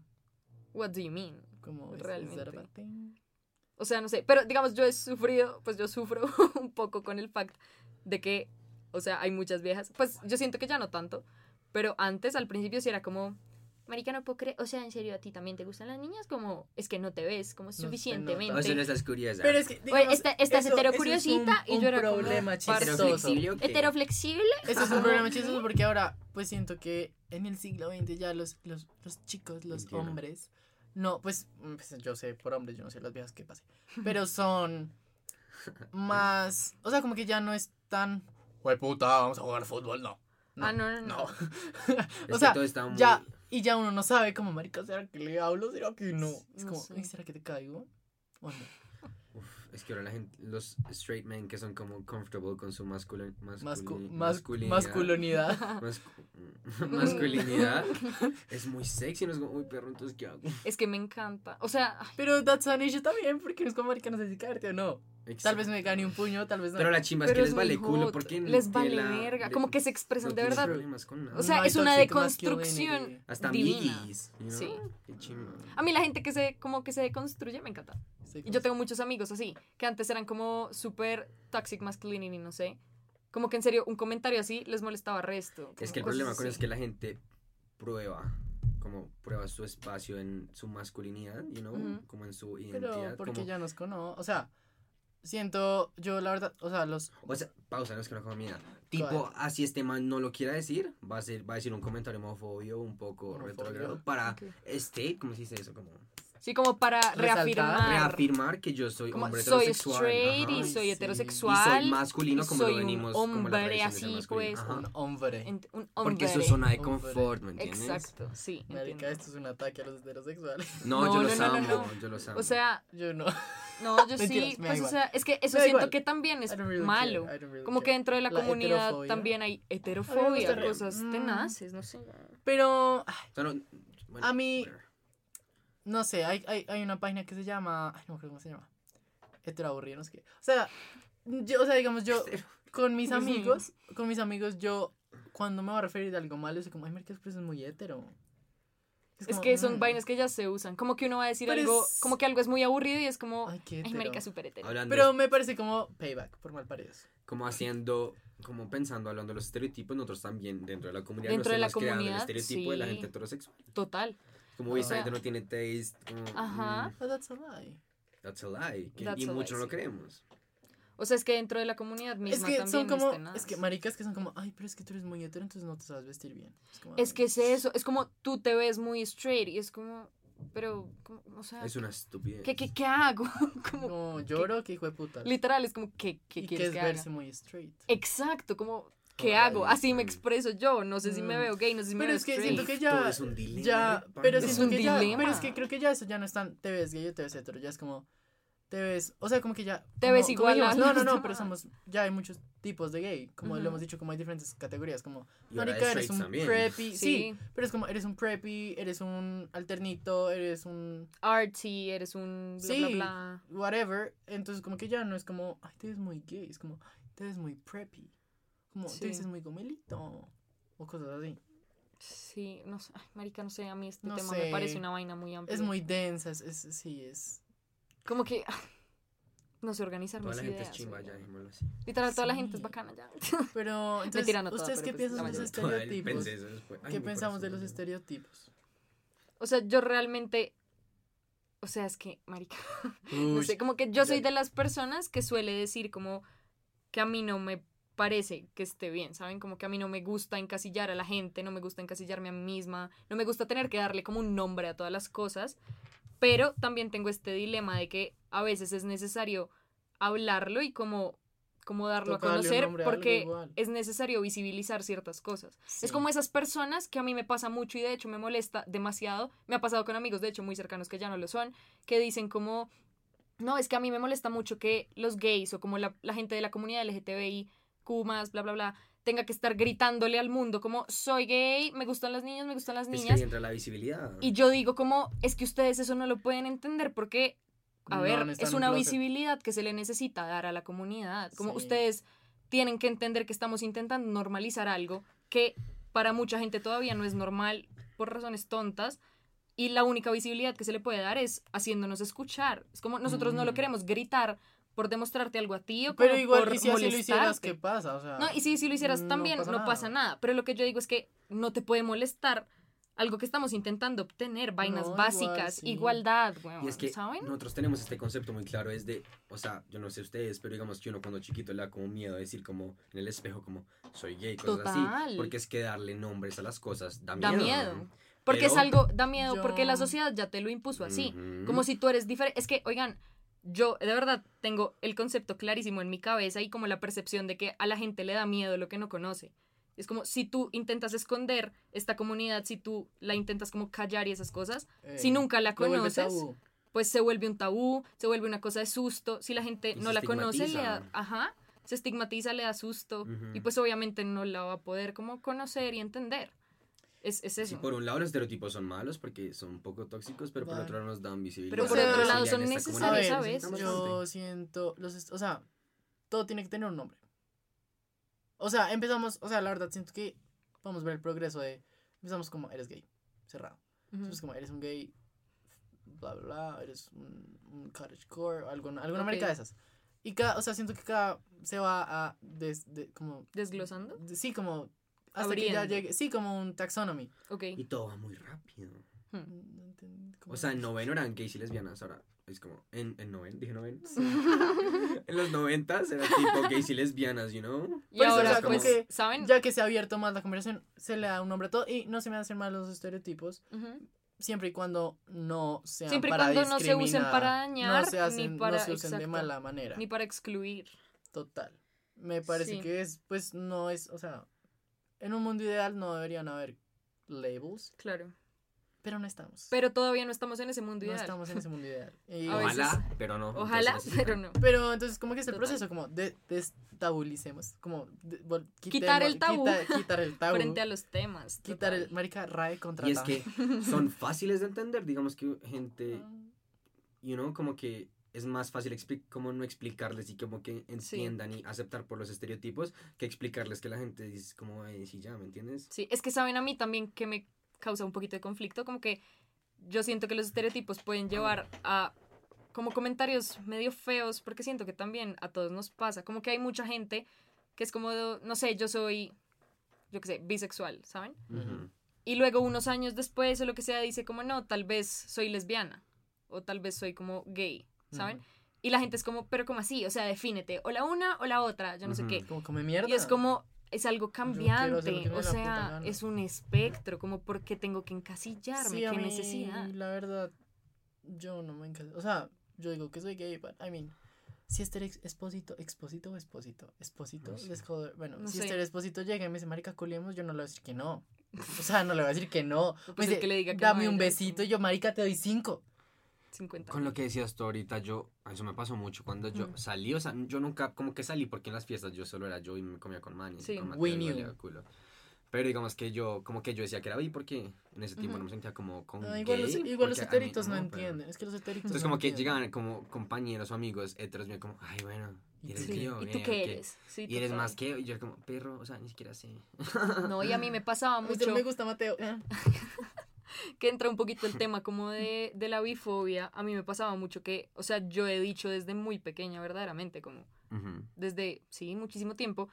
S2: what do you mean?
S1: como, "Is- is that a
S2: Realmente.
S1: bad thing?"
S2: O sea, no sé, pero digamos, yo he sufrido, pues yo sufro *laughs* un poco con el fact de que, o sea, hay muchas viejas, pues yo siento que ya no tanto, pero antes al principio sí era como, marica, no puedo creer, o sea, en serio, ¿a ti también te gustan las niñas? Como, es que no te ves, como
S1: te
S2: suficientemente.
S1: notas.
S3: O sea, no estás curiosa.
S1: Pero es que,
S2: Oye, esta- estás heterocuriosita y yo era como,
S1: problema
S2: parce.
S1: chistoso.
S3: Heteroflexible, ok.
S2: ¿Heteroflexible?
S1: Eso
S2: Ah,
S1: es un problema chistoso porque ahora, pues siento que en el siglo XX ya los, los, los chicos, los
S3: Entiendo.
S1: hombres, no, pues, mm, pues, yo sé por hombres, yo no sé las viejas que pase, pero son más, o sea, como que ya no es tan, "Jue puta, vamos a jugar fútbol, no.
S2: Ah, no, no, no.
S1: *laughs* No.
S3: Es
S1: o
S3: que
S1: sea,
S3: todo está muy-
S1: ya, y ya uno no sabe como, marica, ¿será que le hablo? ¿Será que no? Es
S2: No
S1: como,
S2: sé.
S1: "Ay, ¿será que te caigo? O no.
S3: Uf, es que ahora la gente, los straight men que son como comfortable con su masculin,
S1: Mascu-
S3: masculin-
S1: mas-
S2: *laughs*
S3: masculinidad.
S1: masculinidad.
S3: mascu- mm, *laughs* masculinidad. es muy sexy, no es como, uy, perro, entonces, ¿qué hago?
S2: Es que me encanta. O sea, ay,
S1: Pero that's an issue también, porque no es como, marica, no sé si caerte o no. Tal vez me gane un puño, tal vez no.
S3: Pero la chimba es
S2: pero
S3: que
S2: es
S3: les
S2: muy
S3: vale culo,
S2: hot.
S3: porque
S2: Les vale verga. Como que se expresan de verdad. O sea,
S1: No hay
S2: es una
S1: toxic
S2: deconstrucción.
S1: masculinity.
S3: hasta
S2: divina.
S3: amiguis, you know?
S2: Sí.
S3: Qué chimba.
S2: A mí la gente que se como que se deconstruye me encanta.
S1: Sí,
S2: Y yo tengo muchos amigos así, que antes eran como súper toxic masculinity, no sé. Como que en serio, un comentario así les molestaba resto.
S3: Es que el problema con eso es que la gente prueba, como prueba su espacio en su masculinidad, you know,
S2: Ujú.
S3: como en su identidad.
S1: Pero porque
S3: como-
S1: ya nos cono, o sea, siento, yo la verdad, o sea, los
S3: O sea, pausa, no es que no comida. Tipo, así este man no lo quiera decir, va a, ser, va a decir un comentario homofobio, un poco
S1: Homofobio.
S3: retrógrado, para
S2: Ok.
S3: state, ¿cómo se dice eso? Como
S2: Sí, como para
S1: Resaltar,
S2: reafirmar.
S3: reafirmar que yo soy
S2: como
S3: hombre
S2: soy
S3: heterosexual.
S2: straight
S3: ajá,
S2: y
S1: Ay,
S2: soy
S1: sí.
S2: heterosexual.
S3: Y soy masculino
S2: y
S3: como
S2: soy
S3: lo
S2: un
S3: venimos como la
S2: hombre
S3: tradición de ser
S2: así,
S3: masculino,
S2: pues,
S3: ajá.
S1: un hombre.
S2: Ent- un hombre.
S3: Porque es su zona de
S1: Hombre.
S3: confort, ¿me entiendes?
S2: Exacto, sí. entiendo.
S1: Marica, esto es un ataque a los heterosexuales. *laughs*
S3: No,
S2: No,
S3: yo
S2: no,
S3: los
S2: no, no,
S3: amo,
S2: no.
S3: yo los amo.
S2: O sea,
S1: Yo no.
S2: no, yo
S1: Mentiras,
S2: sí,
S1: me
S2: pues
S1: da
S2: o
S1: igual.
S2: sea, es que eso
S1: da
S2: siento
S1: igual.
S2: que también
S1: I
S2: es
S1: don't really
S2: malo.
S1: care, I don't really
S2: Como que
S1: care.
S2: dentro de la,
S1: La
S2: comunidad
S1: heterofobia.
S2: también hay
S1: A mí me
S2: heterofobia,
S1: gustaría-
S2: cosas
S1: Mm.
S2: tenaces, no sé.
S1: Pero ay,
S3: O sea, no- bueno,
S1: A mí-
S3: whatever.
S1: no sé, hay, hay, hay una página que se llama, ay, no me acuerdo cómo se llama. Heteroaburrido, no sé qué. O sea, yo, o sea,
S3: *laughs*
S1: digamos yo
S3: Este,
S1: con mis
S2: Sí.
S1: *laughs* amigos, con mis amigos yo cuando me voy a referir a algo malo, es como, ay, marica, pero eso es muy hetero.
S2: Es
S1: como,
S2: que son
S1: mm,
S2: vainas que ya se usan. Como que uno va a decir
S1: Pero
S2: algo,
S1: es-
S2: como que algo es muy aburrido y es como,
S1: Ay, qué
S2: ay,
S1: hetero.
S2: marica, súper hetero.
S3: Hablando
S1: Pero me parece como payback por mal parecido.
S3: como haciendo, como pensando, hablando de los estereotipos, nosotros también dentro de la comunidad
S2: Dentro
S3: nos
S2: de la
S3: hemos creado el
S2: comunidad,
S3: estereotipo de la
S2: sí.
S3: gente heterosexual.
S2: Total.
S3: Como "Uy,
S1: O
S3: esa
S2: sea-
S3: gente no tiene taste, como,
S2: Ajá.
S3: mm,
S1: But that's a lie.
S3: that's a lie. que-
S2: That's
S3: y
S2: a
S3: muchos
S2: lie,
S3: no lo
S2: sí.
S3: creemos.
S2: O sea, es que dentro de la comunidad misma
S1: Es que
S2: también este,
S1: son como,
S2: es tenaz.
S1: es que maricas que son como, ay, pero es que tú eres muy hetero, entonces no te sabes vestir bien. Es, como,
S2: Es
S1: ay,
S2: que es eso, es como tú te ves muy straight y es como, pero, como, o sea,
S3: Es una estupidez.
S2: Ah. ¿qué, qué, qué hago? *laughs* como,
S1: No, lloro, que hijo de puta.
S2: literal, es como, ¿qué, qué
S1: y que
S2: quieres
S1: es
S2: que haga?
S1: verse muy straight.
S2: Exacto, como, ¿qué
S3: Ay,
S2: hago? Así me
S3: mm.
S2: expreso yo, no sé si me
S1: Mm.
S2: veo gay, no sé si me
S1: Pero
S2: veo
S1: es que
S2: straight.
S1: siento que
S3: Esto
S1: ya.
S3: es un dilema
S1: Ya,
S3: de
S1: pero
S3: pan.
S1: siento
S2: Es un
S1: que ya.
S2: dilema.
S1: Pero es que creo que ya eso ya no es tan. Te ves gay o te ves hetero. Ya es como. Te ves. O sea, como que ya.
S2: Te
S1: como-
S2: ves
S1: como
S2: igual a
S1: dijimos, No,
S2: los
S1: no,
S2: *laughs*
S1: no, pero
S2: demás.
S1: somos. Ya hay muchos tipos de gay. Como
S2: Ujú.
S1: lo hemos dicho, como hay diferentes categorías. Como.
S3: Y ahora
S1: Marica, eres
S3: straights
S1: un
S3: también.
S1: preppy. Sí.
S2: Sí.
S1: pero es como. Eres un preppy, eres un alternito, eres un.
S2: artsy, eres un bla,
S1: Sí.
S2: bla,
S1: Whatever. Entonces, como que ya no es como. Ay, te ves muy gay. Es como. "Ay, Te ves muy preppy. Como.
S2: Sí.
S1: Te dices muy gomelito. O cosas así.
S2: bla. Sí, no sé, ay, marica, no sé, a mí este
S1: No
S2: tema
S1: sé.
S2: me parece una vaina muy amplia.
S1: Es muy densa. Es, es- sí, es.
S2: Como que, *laughs* ah, no sé, organizar
S3: Toda
S2: mis
S3: la gente es
S2: ideas.
S3: chimba, ya ¿eh?
S2: oigan.
S3: dejémoslo así.
S2: Literal, toda la
S1: Sí.
S2: gente es bacana ya. *laughs*
S1: Pero entonces,
S2: Mentira, no toda,
S1: ¿ustedes
S2: pero
S1: qué
S2: pues,
S1: piensan
S2: la
S1: de los
S2: mayoría.
S3: Toda-
S1: estereotipos?
S3: pensé eso después. Ay,
S1: ¿Qué
S3: mi
S1: pensamos de los
S3: corazón.
S1: estereotipos?
S2: O sea, yo realmente, o sea, es que, marica, no sé, como que yo soy
S1: ya.
S2: de las personas que suele decir como que a mí no me parece que esté bien, ¿saben? Como que a mí no me gusta encasillar a la gente, no me gusta encasillarme a mí misma, no me gusta tener que darle como un nombre a todas las cosas, pero también tengo este dilema de que a veces es necesario hablarlo y como como darlo
S1: Toca
S2: a
S1: darle un
S2: conocer
S1: nombre a algo
S2: porque
S1: igual.
S2: es necesario visibilizar ciertas cosas. Es
S1: Sí.
S2: como esas personas que a mí me pasa mucho y de hecho me molesta demasiado. Me ha pasado con amigos, de hecho, muy cercanos que ya no lo son, que dicen como, no, es que a mí me molesta mucho que los gays o como la, la gente de la comunidad LGTBI, Kumas, bla, bla, bla, tenga que estar gritándole al mundo como, soy gay, me gustan las niñas, me gustan las
S3: Es que ahí
S2: niñas.
S3: entra la visibilidad.
S2: Y yo digo como, es que ustedes eso no lo pueden entender porque a
S1: No,
S2: ver,
S1: no está
S2: es
S1: en un
S2: una
S1: closet.
S2: visibilidad que se le necesita dar a la comunidad. Como
S1: Sí.
S2: ustedes tienen que entender que estamos intentando normalizar algo que para mucha gente todavía no es normal por razones tontas. Y la única visibilidad que se le puede dar es haciéndonos escuchar. Es como nosotros no lo
S1: Mm.
S2: queremos gritar por demostrarte algo a ti o
S1: Pero
S2: como
S1: igual,
S2: por
S1: y si así lo hicieras,
S2: molestarte.
S1: ¿qué pasa? O sea,
S2: No, y si, si lo hicieras
S1: no
S2: también,
S1: pasa
S2: no
S1: nada.
S2: pasa nada. Pero lo que yo digo es que no te puede molestar algo que estamos intentando obtener, vainas
S1: No, igual,
S2: básicas,
S1: sí.
S2: igualdad, weón,
S3: Y es que
S2: ¿saben?
S3: nosotros tenemos este concepto muy claro, es de, o sea, yo no sé ustedes, pero digamos que uno cuando chiquito le da como miedo a decir como en el espejo como soy gay, cosas
S2: Total.
S3: así, porque es que darle nombres a las cosas da
S2: Da
S3: miedo.
S2: miedo. Porque es
S3: Pero-
S2: algo, da miedo, porque la
S1: Yo-
S2: sociedad ya te lo impuso así.
S3: Ujú.
S2: Como si tú eres diferente. Es que, oigan, yo de verdad tengo el concepto clarísimo en mi cabeza y como la percepción de que a la gente le da miedo lo que no conoce. Es como si tú intentas esconder esta comunidad, si tú la intentas como callar y esas cosas,
S1: eh,
S2: si nunca la
S1: lo vuelve
S2: conoces,
S1: tabú.
S2: pues se vuelve un tabú, se vuelve una cosa de susto. Si la gente
S3: Y
S2: no
S3: se
S2: la conoce, le
S3: estigmatiza. Mm.
S2: da, ajá, se estigmatiza, le da susto
S3: Ujú.
S2: y pues obviamente no la va a poder como conocer y entender. Es, es eso.
S3: Sí, por un lado los estereotipos son malos porque son un poco tóxicos, pero por
S1: Vale.
S3: otro lado nos dan visibilidad.
S2: Pero
S1: por otro
S3: visibilidad
S1: lado
S2: son
S3: en esta
S1: A
S2: Claro,
S1: ver,
S3: comunidad.
S2: necesarios ¿sabes?
S3: Necesitamos
S1: yo
S3: bastante.
S1: siento, los est- o sea, todo tiene que tener un nombre. O sea, empezamos, o sea, la verdad siento que podemos ver el progreso de, empezamos como, eres gay, cerrado.
S2: Ujú.
S1: Entonces como, eres un gay, bla, bla, bla, eres un, un cottagecore, o alguna, alguna
S2: Ok.
S1: marca de esas. Y cada, o sea, siento que cada se va a, des- de- como...
S2: ¿Desglosando?
S1: de- Sí, como... Hasta que
S2: Abriendo.
S1: ya llegue, sí, como un taxonomy.
S2: Ok.
S3: Y todo va muy rápido.
S1: No entendí cómo-
S3: O sea, en noveno eran gays y lesbianas, ahora es como, en, en noven, dije noveno. *laughs* en los noventas era tipo gays y lesbianas, you know.
S2: Y
S1: Por eso,
S2: ahora,
S3: o sea, como
S2: pues,
S1: que
S2: ¿saben?
S1: Ya que se ha abierto más la conversación, se le da un nombre a todo y no se me hacen mal los estereotipos,
S2: Ujú.
S1: siempre y cuando no sean
S2: Siempre y
S1: para
S2: cuando no se usen
S1: discriminar,
S2: para dañar,
S1: no se,
S2: ni
S1: hacen- no
S2: para-
S1: se usen de
S2: exacto.
S1: mala manera.
S2: Ni para excluir.
S1: Total. Me parece
S2: Sí.
S1: que es, pues no es, o sea, en un mundo ideal no deberían haber labels,
S2: Claro.
S1: pero no estamos.
S2: Pero todavía no estamos en ese mundo
S1: no
S2: ideal.
S1: estamos en ese
S2: *laughs*
S1: mundo ideal. Y-
S2: A veces-
S3: Ojalá, pero no.
S2: Ojalá,
S3: entonces
S2: pero
S3: necesitan-
S2: no.
S1: Pero entonces, ¿cómo que es el
S2: Total.
S1: proceso? Como de, destabulicemos, como de- vol-
S2: Quitar el
S1: quitemos-
S2: tabú.
S1: quita-
S2: *laughs*
S1: quitar el tabú.
S2: Frente a los temas.
S1: Quitar el,
S2: total.
S1: marica, RAE contra
S3: Y es que
S1: *laughs*
S3: son fáciles de entender, digamos que gente,
S1: Ah.
S2: Ah.
S3: you know, como que es más fácil expli- como no explicarles y como que entiendan y aceptar por los estereotipos que explicarles que la gente dice como, ay, sí, ya, ¿me entiendes?
S2: Sí, es que saben a mí también que me causa un poquito de conflicto, como que yo siento que los estereotipos pueden llevar a como comentarios medio feos, porque siento que también a todos nos pasa, como que hay mucha gente que es como, no sé, yo soy, yo qué sé, bisexual, ¿saben?
S3: Ujú.
S2: Y luego unos años después o lo que sea dice como, no, tal vez soy lesbiana o tal vez soy como gay, ¿saben? Y la gente es como, pero como así, o sea, defínete, o la una o la otra, yo no sé
S3: Ujú.
S2: qué.
S1: Como come mierda.
S2: Y es como, es algo
S1: quiero hacer lo que
S2: cambiante,
S1: me
S2: o
S1: dé la puta
S2: sea,
S1: gana.
S2: es un espectro, como porque tengo que encasillarme,
S1: Sí,
S2: qué
S1: a mí,
S2: necesidad.
S1: La verdad, yo no me encanta. O sea, yo digo que soy gay, but I mean, si Esther Ex- Expósito, Expósito o Expósito, Expósito,
S3: No sé.
S1: Discover- bueno,
S2: No
S1: si
S2: sé.
S1: Esther Expósito llega y me dice, Marica, culiemos, yo no le voy a decir que no. O sea, no le voy a decir que no.
S2: No,
S1: Me
S2: *laughs* pues, el
S1: dice,
S2: que le diga que
S1: dame
S2: no,
S1: un
S2: ya es
S1: besito
S2: como
S1: y yo, Marica, te doy cinco.
S2: 50.
S3: Con lo que decías tú ahorita, yo, eso me pasó mucho cuando yo
S2: Ujú.
S1: Mm.
S3: salí, o sea, yo nunca como que salí porque en las fiestas yo solo era yo y me comía con manis.
S2: Sí.
S3: con Mateo
S1: We
S3: y
S1: knew.
S3: valía culo. Pero digamos que yo, como que yo decía que era bi porque en ese tiempo
S2: Ujú.
S3: no me sentía como con
S1: Ah, igual los,
S3: gay,
S1: igual los
S3: porque a mí-
S1: heteritos no,
S3: pero-
S1: entienden. Es que los heteritos.
S3: Entonces
S1: no
S3: como que
S1: entienden.
S3: llegaban como compañeros o amigos heteros, me como, ay, bueno,
S1: ¿Y
S3: eres
S1: tú
S2: Sí.
S1: qué?
S3: mío,
S2: ¿Y tú
S3: bien,
S2: qué
S3: ok".
S2: eres? Sí,
S3: eh, Y eres
S2: total.
S3: más que, y yo como, perro, o sea, ni siquiera sé.
S2: No, y a mí me
S1: *laughs*
S2: pasaba
S1: A mí solo
S2: mucho
S1: me gusta Mateo. Ah,
S2: que entra un poquito el tema como de, de la bifobia. A mí me pasaba mucho que, o sea, yo he dicho desde muy pequeña, verdaderamente, como
S3: Ujú.
S2: desde, sí, muchísimo tiempo,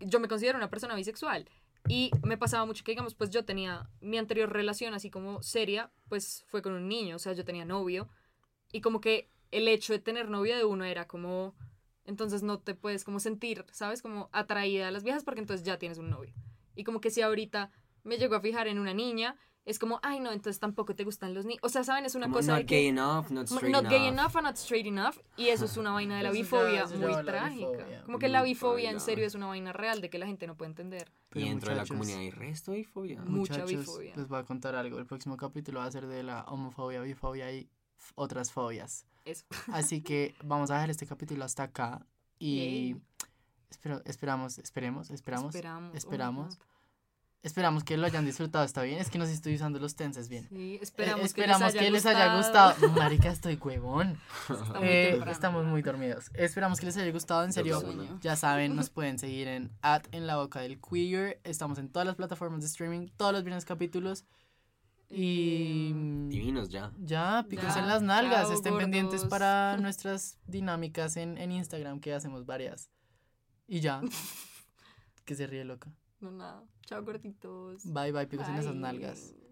S2: yo me considero una persona bisexual. Y me pasaba mucho que, digamos, pues yo tenía mi anterior relación así como seria, pues fue con un niño, o sea, yo tenía novio. Y como que el hecho de tener novio de uno era como, entonces no te puedes como sentir, ¿sabes? Como atraída a las viejas porque entonces ya tienes un novio. Y como que si ahorita me llego a fijar en una niña, es como, ay, no, entonces tampoco te gustan los niños. O sea, ¿saben? Es una
S3: Como
S2: cosa
S3: not
S2: de
S3: gay
S2: que.
S3: enough, not straight
S2: not gay
S3: enough.
S2: enough and not straight enough. Y eso es una vaina de la
S1: *laughs* Eso ya-
S2: bifobia
S1: eso ya va
S2: muy
S1: a la bifobia.
S2: trágica. Como que la
S3: Muy
S2: bifobia en
S3: paila.
S2: serio es una vaina real de que la gente no puede entender.
S1: Pero,
S3: y dentro de la
S1: muchachos,
S3: comunidad hay resto de fobia. *laughs*
S2: Mu- mucha
S1: muchachos,
S2: bifobia.
S1: Les voy a contar algo. El próximo capítulo va a ser de la homofobia, bifobia y f- otras fobias.
S2: *laughs* Eso.
S1: Así que vamos a dejar este capítulo hasta acá. Y
S2: Yay.
S1: espero- esperamos, esperemos, esperamos.
S2: Esperamos. oh my
S1: esperamos.
S2: God.
S1: Esperamos que lo hayan disfrutado, está bien. Es que no sé si estoy usando los tenses bien.
S2: Sí,
S1: Eh,
S2: esperamos,
S1: esperamos que les haya gustado.
S2: *laughs*
S1: Marica, estoy huevón.
S2: Está muy
S1: Eh,
S2: temprano.
S1: estamos muy dormidos. Esperamos que les haya gustado, en serio.
S3: Yo
S4: sueño.
S1: Ya saben,
S2: *laughs*
S1: nos pueden seguir en at en la boca del queer. Estamos en todas las plataformas de streaming, todos los viernes capítulos. Y mm,
S2: Em,
S3: Divinos ya.
S1: ya, picos
S2: Ya,
S1: en las nalgas.
S2: chao,
S1: Estén pendientes
S2: gordos. *laughs*
S1: para nuestras dinámicas en, en Instagram, que hacemos varias. Y
S2: *laughs*
S1: ya. que se ríe loca.
S2: No, nada. Chao, gorditos.
S1: Bye, bye, picos en esas
S2: Bye.
S1: nalgas.